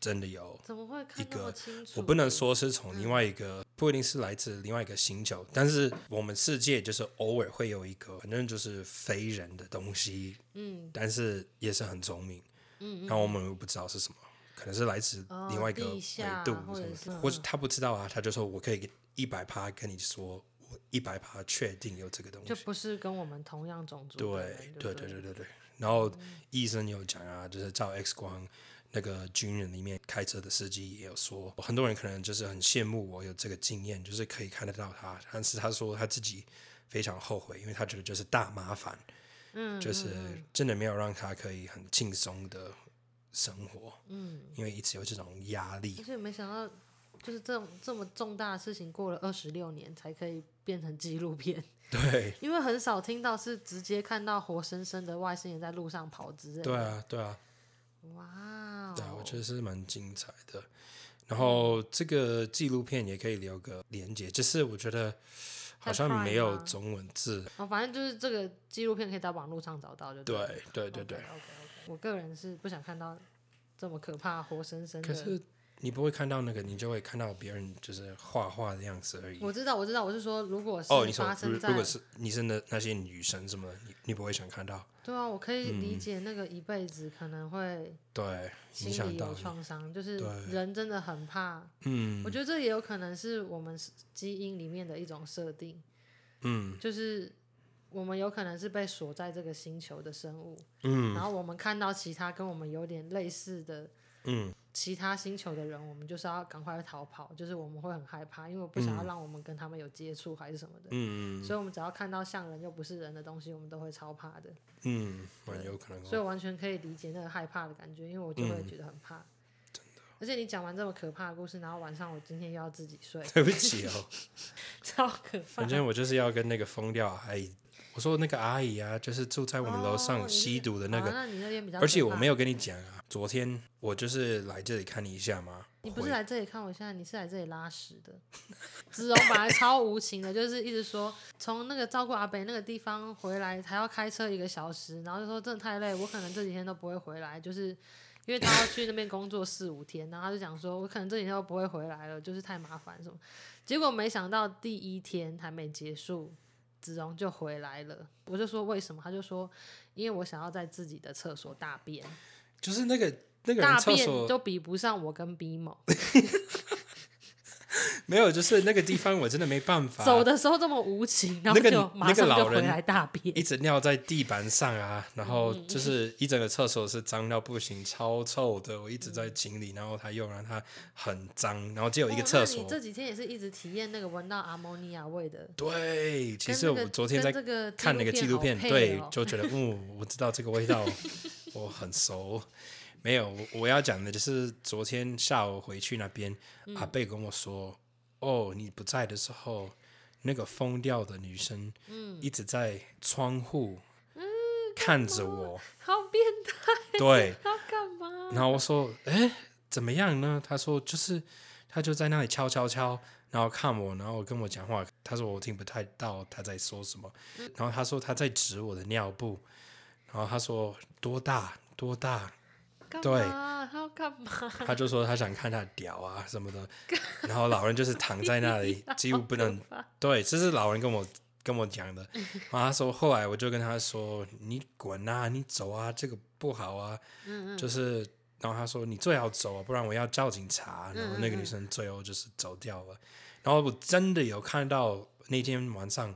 S2: 真的有。
S1: 怎么会看
S2: 一
S1: 那么
S2: 个
S1: 清楚？
S2: 我不能说是从另外一个，不一定是来自另外一个星球，但是我们世界就是偶尔会有一个，反正就是非人的东西
S1: 嗯，
S2: 但是也是很聪明。
S1: 嗯
S2: 然后我们又不知道是什么，可能是来自
S1: 哦
S2: 另外一个
S1: 地
S2: 维
S1: 下
S2: 度
S1: 或
S2: 什
S1: 者
S2: 么
S1: 是嗯
S2: 的，或者他不知道啊，他就说我可以一百趴跟你说，我一百趴确定有这个东
S1: 就
S2: 西。
S1: 不是跟我们同样种族的
S2: 对
S1: 人，
S2: 对
S1: 不
S2: 对对对对。然后医生有讲啊，就是照 X 光。那个军人里面开车的司机也有说，很多人可能就是很羡慕我有这个经验，就是可以看得到他，但是他说他自己非常后悔，因为他觉得就是大麻烦，
S1: 嗯，
S2: 就是
S1: 嗯嗯
S2: 真的没有让他可以很轻松的生活，
S1: 嗯，
S2: 因为一直有这种压
S1: 而
S2: 力。
S1: 且没想到，就是这种这么重大的事情，过了二十六年才可以变成纪录片，
S2: 对，
S1: 因为很少听到是直接看到活生生的外星人在路上跑之类的。
S2: 对啊，对啊，
S1: 哇哦，
S2: 对啊，我觉得是蛮精彩的。然后这个纪录片也可以留个连接，就是我觉得好像
S1: Prime
S2: 没有
S1: 吗
S2: 中文字。
S1: 哦，反正就是这个纪录片可以在网络上找到就了
S2: 对，对，对，对。
S1: OK，我个人是不想看到这么可怕、活生生
S2: 可
S1: 的。
S2: 是你不会看到那个，你就会看到别人就是画画的样子而已。
S1: 我知道，我知道，我是说，如果是
S2: 哦，你说
S1: 发
S2: 如
S1: 生在，
S2: 如果是你是那那些女生什么的，你你不会想看到。
S1: 对啊，我可以
S2: 嗯
S1: 理解那个一辈子可能会
S2: 对，
S1: 心
S2: 你想
S1: 里
S2: 到
S1: 有
S2: 你
S1: 创伤，就是
S2: 对
S1: 人真的很怕。
S2: 嗯
S1: 我觉得这也有可能是我们基因里面的一种设定，
S2: 嗯
S1: 就是我们有可能是被锁在这个星球的生物，
S2: 嗯
S1: 然后我们看到其他跟我们有点类似的
S2: 嗯
S1: 其他星球的人，我们就是要赶快逃跑，就是我们会很害怕，因为我不想要让我们跟他们有接触还是什么的，
S2: 嗯
S1: 所以我们只要看到像人又不是人的东西，我们都会超怕的。
S2: 嗯，蛮有可能
S1: 所以
S2: 哦。，
S1: 我完全可以理解那个害怕的感觉，因为我就会觉得很怕。而且你讲完这么可怕的故事，然后晚上我今天又要自己睡
S2: 对不起哦。
S1: 超可怕
S2: 反。正我就是要跟那个疯掉阿姨，我说那个阿姨啊，就是住在我们楼
S1: 哦
S2: 上
S1: 你
S2: 吸毒的那
S1: 好
S2: 个，
S1: 啊那你那边比较，
S2: 而且我没
S1: 有，
S2: 有跟你讲啊，昨天我就是来这里看你一下嘛，
S1: 你不
S2: 回
S1: 是来这里看我现在，你是来这里拉屎的。 子荣本来超无情的，就是一直说从那个照顾阿北那个地方回来还要开车一个小时，然后就说真的太累，我可能这几天都不会回来，就是因为他要去那边工作四五天，然后他就讲说我可能这几天都不会回来了，就是太麻烦什么。结果没想到第一天还没结束，子荣就回来了，我就说为什么？他就说因为我想要在自己的厕所大便。
S2: 就是那个那个人
S1: 大
S2: 厕
S1: 便
S2: 所
S1: 都比不上我跟 B 某，
S2: 没有，就是那个地方我真的没办 法，
S1: 走的时候这么无情，然后
S2: 那个
S1: 就马上
S2: 那个
S1: 就
S2: 老
S1: 回
S2: 人
S1: 来大便。
S2: 一直尿在地板上啊，
S1: 嗯
S2: 然后就是一整个厕所是脏到不行，超臭的，我一直在清理，然后他又让它很脏，然后只有一个
S1: 哦
S2: 厕
S1: 那
S2: 所
S1: 你。这几天也是一直体验那个闻到阿莫尼亚味的。
S2: 对，其
S1: 跟
S2: 实
S1: 那个
S2: 我昨天在
S1: 跟这个
S2: 看那个纪录片，对，
S1: 好配哦
S2: 就觉 得嗯，我知道这个味道，我很熟。没有，我我要讲的就是昨天下午回去那边，
S1: 嗯
S2: 阿贝跟我说，哦，你不在的时候，那个疯掉的女生，嗯，一直在窗户看着我，
S1: 好变态，
S2: 对，
S1: 他干嘛？
S2: 然后我说：“哎，怎么样呢？”他说：“就是他就在那里敲敲敲，然后看我，然后跟我讲话。他说我听不太到他在说什么。然后他说他在指我的尿布，然后他说多大多大，
S1: 干
S2: 对
S1: 嘛？他要干嘛？
S2: 他就说他想看他的屌啊什么的。然后老人就是躺在那里，几乎不能对，这是老人跟我跟我讲的。然后他说，后来我就跟他说：“你滚啊，你走啊，这个不好啊。”就是，然后他说：“你最好走啊，不然我要叫警察。”然后那个女生最后就是走掉了。然后我真的有看到那天晚上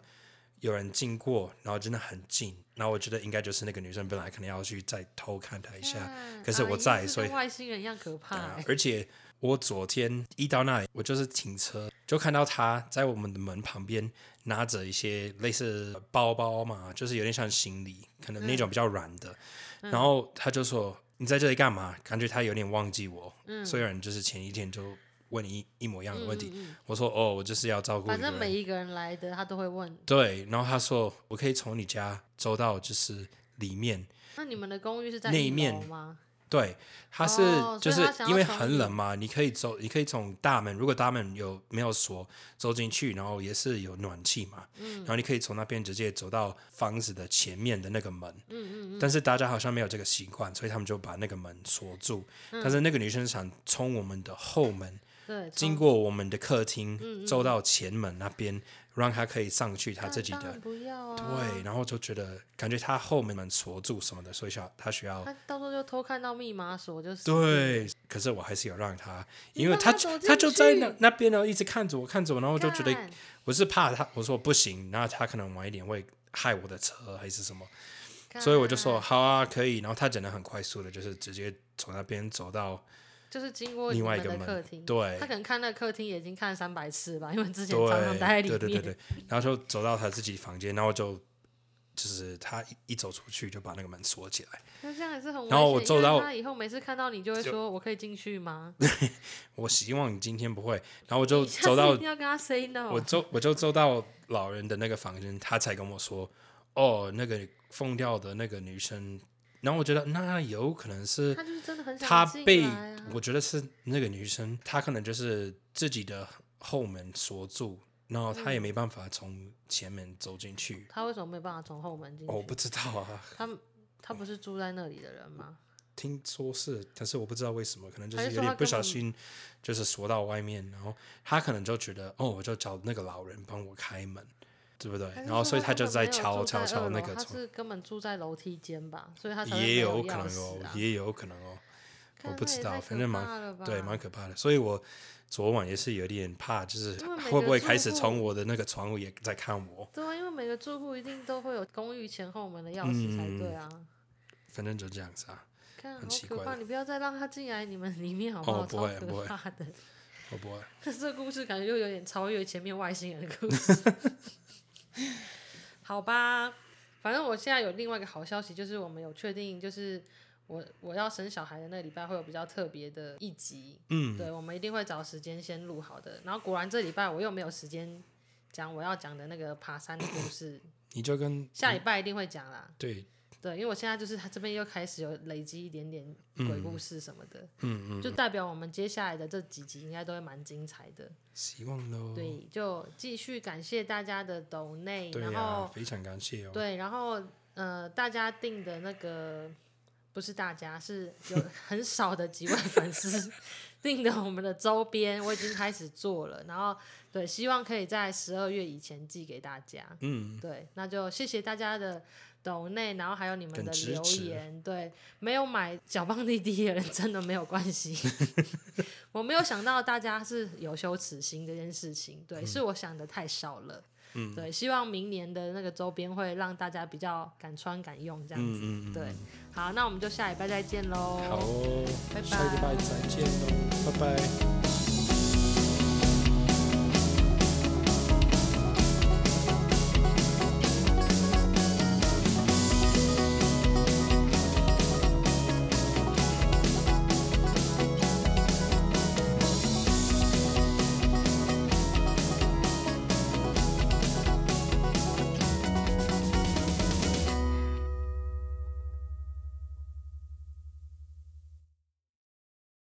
S2: 有人经过，然后真的很近。然后我觉得应该就是那个女生本来可能要去再偷看她一下，可是我在，
S1: 啊
S2: 所以
S1: 跟外星人一样可怕、
S2: 啊
S1: 欸。
S2: 而且我昨天一到那里，我就是停车，就看到他在我们的门旁边拿着一些类似包包嘛，就是有点像行李，可能那种比较软的。
S1: 嗯
S2: 然后他就说：“你在这里干嘛？”感觉他有点忘记我。
S1: 嗯
S2: 虽然就是前一天就问你一一模一样的问题，我说：“哦，我就是要照顾
S1: 嗯
S2: 一
S1: 反
S2: 个
S1: 正每
S2: 人。
S1: 一个人来的，他都会问。”
S2: 对，然后他说：“我可以从你家走到就是里面。”
S1: 那你们的公寓是在
S2: 那
S1: 一
S2: 一面
S1: 楼吗？
S2: 对，它是、
S1: 哦
S2: 就
S1: 所
S2: 是
S1: 以它想要
S2: 因为
S1: 从
S2: 很
S1: 你
S2: 冷嘛，你可以走，你可以从大门，如果大门有没有锁，走进去，然后也是有暖气嘛，
S1: 嗯
S2: 然后你可以从那边直接走到房子的前面的那个门，嗯嗯但是大家好像没有这个习惯，所以他们就把那个门锁住。
S1: 嗯
S2: 但是那个女生想冲我们的后门，
S1: 对，
S2: 经
S1: 从
S2: 过我们的客
S1: 嗯
S2: 厅，走到前门那边，让她可以上去她
S1: 当
S2: 自己
S1: 啊当
S2: 的
S1: 然。不要啊！
S2: 对，然后就觉得感觉她后门门锁住什么的，所以需要她需要
S1: 他到时候就偷看到密码锁，就是
S2: 对，可是我还是有让他，
S1: 你
S2: 因为
S1: 让
S2: 他
S1: 嗯他
S2: 就
S1: 走进
S2: 他就在那
S1: 去
S2: 那边呢，一直看着我，看着我，然后我
S1: 我
S2: 就觉得我是怕他，我说不行，然后他可能晚一点会害我的车还是什么，
S1: 得
S2: 所以我就说好啊，可以。然后他真的很快速的，就是直接从那边走到
S1: 就是经过你
S2: 另外一
S1: 们
S2: 个
S1: 的
S2: 门
S1: 客厅，
S2: 对
S1: 他可能看那个客厅也已经看三百次吧，因 为之前常常待在
S2: 对
S1: 里
S2: 对
S1: 面。
S2: 对对对，然后就走到他自己房间，然后就就是他一一走出去就把那个门锁起来，
S1: 那这样也是很危险。
S2: 然后我走
S1: 因为
S2: 到
S1: 他以后每次看到你就会说：“我可以进去吗
S2: 我希望你今天不会，然后我？” 就
S1: 你下次
S2: 走到
S1: 一定要跟他 say no。
S2: 我就我就走到老人的那个房间，他才跟我说，哦，那个疯掉的那个女生。然后我觉得那有可能是
S1: 他就是真的很想
S2: 她
S1: 进
S2: 被
S1: 来啊，
S2: 我觉得是那个女生，她可能就是自己的后门锁住，然后
S1: 嗯
S2: 她也没办法从前门走进去。
S1: 他为什么没办法从后门进
S2: 哦我
S1: 去？
S2: 不知道啊，
S1: 他他不是住在那里的人吗？
S2: 听说是，但是我不知道为什么，可能就
S1: 还
S2: 是
S1: 是
S2: 有
S1: 说
S2: 点
S1: 她
S2: 不
S1: 根
S2: 小
S1: 本
S2: 心，就是锁到外面，然后他可能就觉得，哦，我就找那个老人帮我开门，对不对？
S1: 还是
S2: 然后
S1: 说
S2: 所以
S1: 他
S2: 他
S1: 根
S2: 就
S1: 本
S2: 在
S1: 没有
S2: 敲
S1: 住在
S2: 敲敲
S1: 二
S2: 那
S1: 楼
S2: 个
S1: 他
S2: 窗，
S1: 是根本住在楼梯间吧，所以他才会没
S2: 也
S1: 有
S2: 可能哦
S1: 钥匙啊，
S2: 也有可能哦，
S1: 干
S2: 我不
S1: 那
S2: 知
S1: 也
S2: 道
S1: 太
S2: 反
S1: 可
S2: 正蛮
S1: 怕了吧
S2: 对，蛮可怕的。所以我昨晚也是有点怕，就是
S1: 因为每
S2: 会
S1: 个
S2: 不会开始
S1: 住户
S2: 从我的那个窗户也在看我，
S1: 对啊，因为每个住户一定都会有公寓前后门的钥匙才
S2: 嗯
S1: 对啊。
S2: 反正就这样子啊，
S1: 看，
S2: 很
S1: 好
S2: 奇
S1: 可
S2: 怪
S1: 怕！
S2: 的
S1: 你不要再让他进来你们里面好不好？
S2: 哦不会
S1: 超
S2: 不会
S1: 可怕的。
S2: 会不会？
S1: 这个故事感觉又有点超越前面外星人的故事。 好吧，反正我现在有另外一个好消息，就是我们有确定，就是我我要生小孩的那个礼拜会有比较特别的一集。嗯，对，我们一定会找时间先录好的。然后果然这礼拜我又没有时间讲我要讲的那个爬山的故事，
S2: 你就跟嗯
S1: 下礼拜一定会讲啦。
S2: 对，
S1: 对，因为我现在就是这边又开始有累积一点点鬼故事什么的，嗯嗯，就代表我们接下来的这几集应该都会蛮精彩的。
S2: 希望喽。
S1: 对，就继续感谢大家的抖内，
S2: 对
S1: 然
S2: 呀、
S1: 后
S2: 非常感谢哦。
S1: 对，然后呃，大家订的那个不是大家，是 有很少的几位粉丝订的我们的周边，我已经开始做了，然后对，希望可以在十二月以前寄给大家。嗯，对，那就谢谢大家的。抖内，然后还有你们
S2: 跟
S1: 的
S2: 支
S1: 留
S2: 持
S1: 言，对，没有买小棒弟弟的人真的没有关系，我没有想到大家是有羞耻心这件事情，对，是我想的太少了。嗯，对，希望明年的那个周边会让大家比较敢穿敢用这样子。
S2: 嗯嗯嗯
S1: 对，好，那我们就下礼拜再见喽。
S2: 好哦，
S1: 拜
S2: 下个礼
S1: 拜
S2: 拜再见喽，拜拜。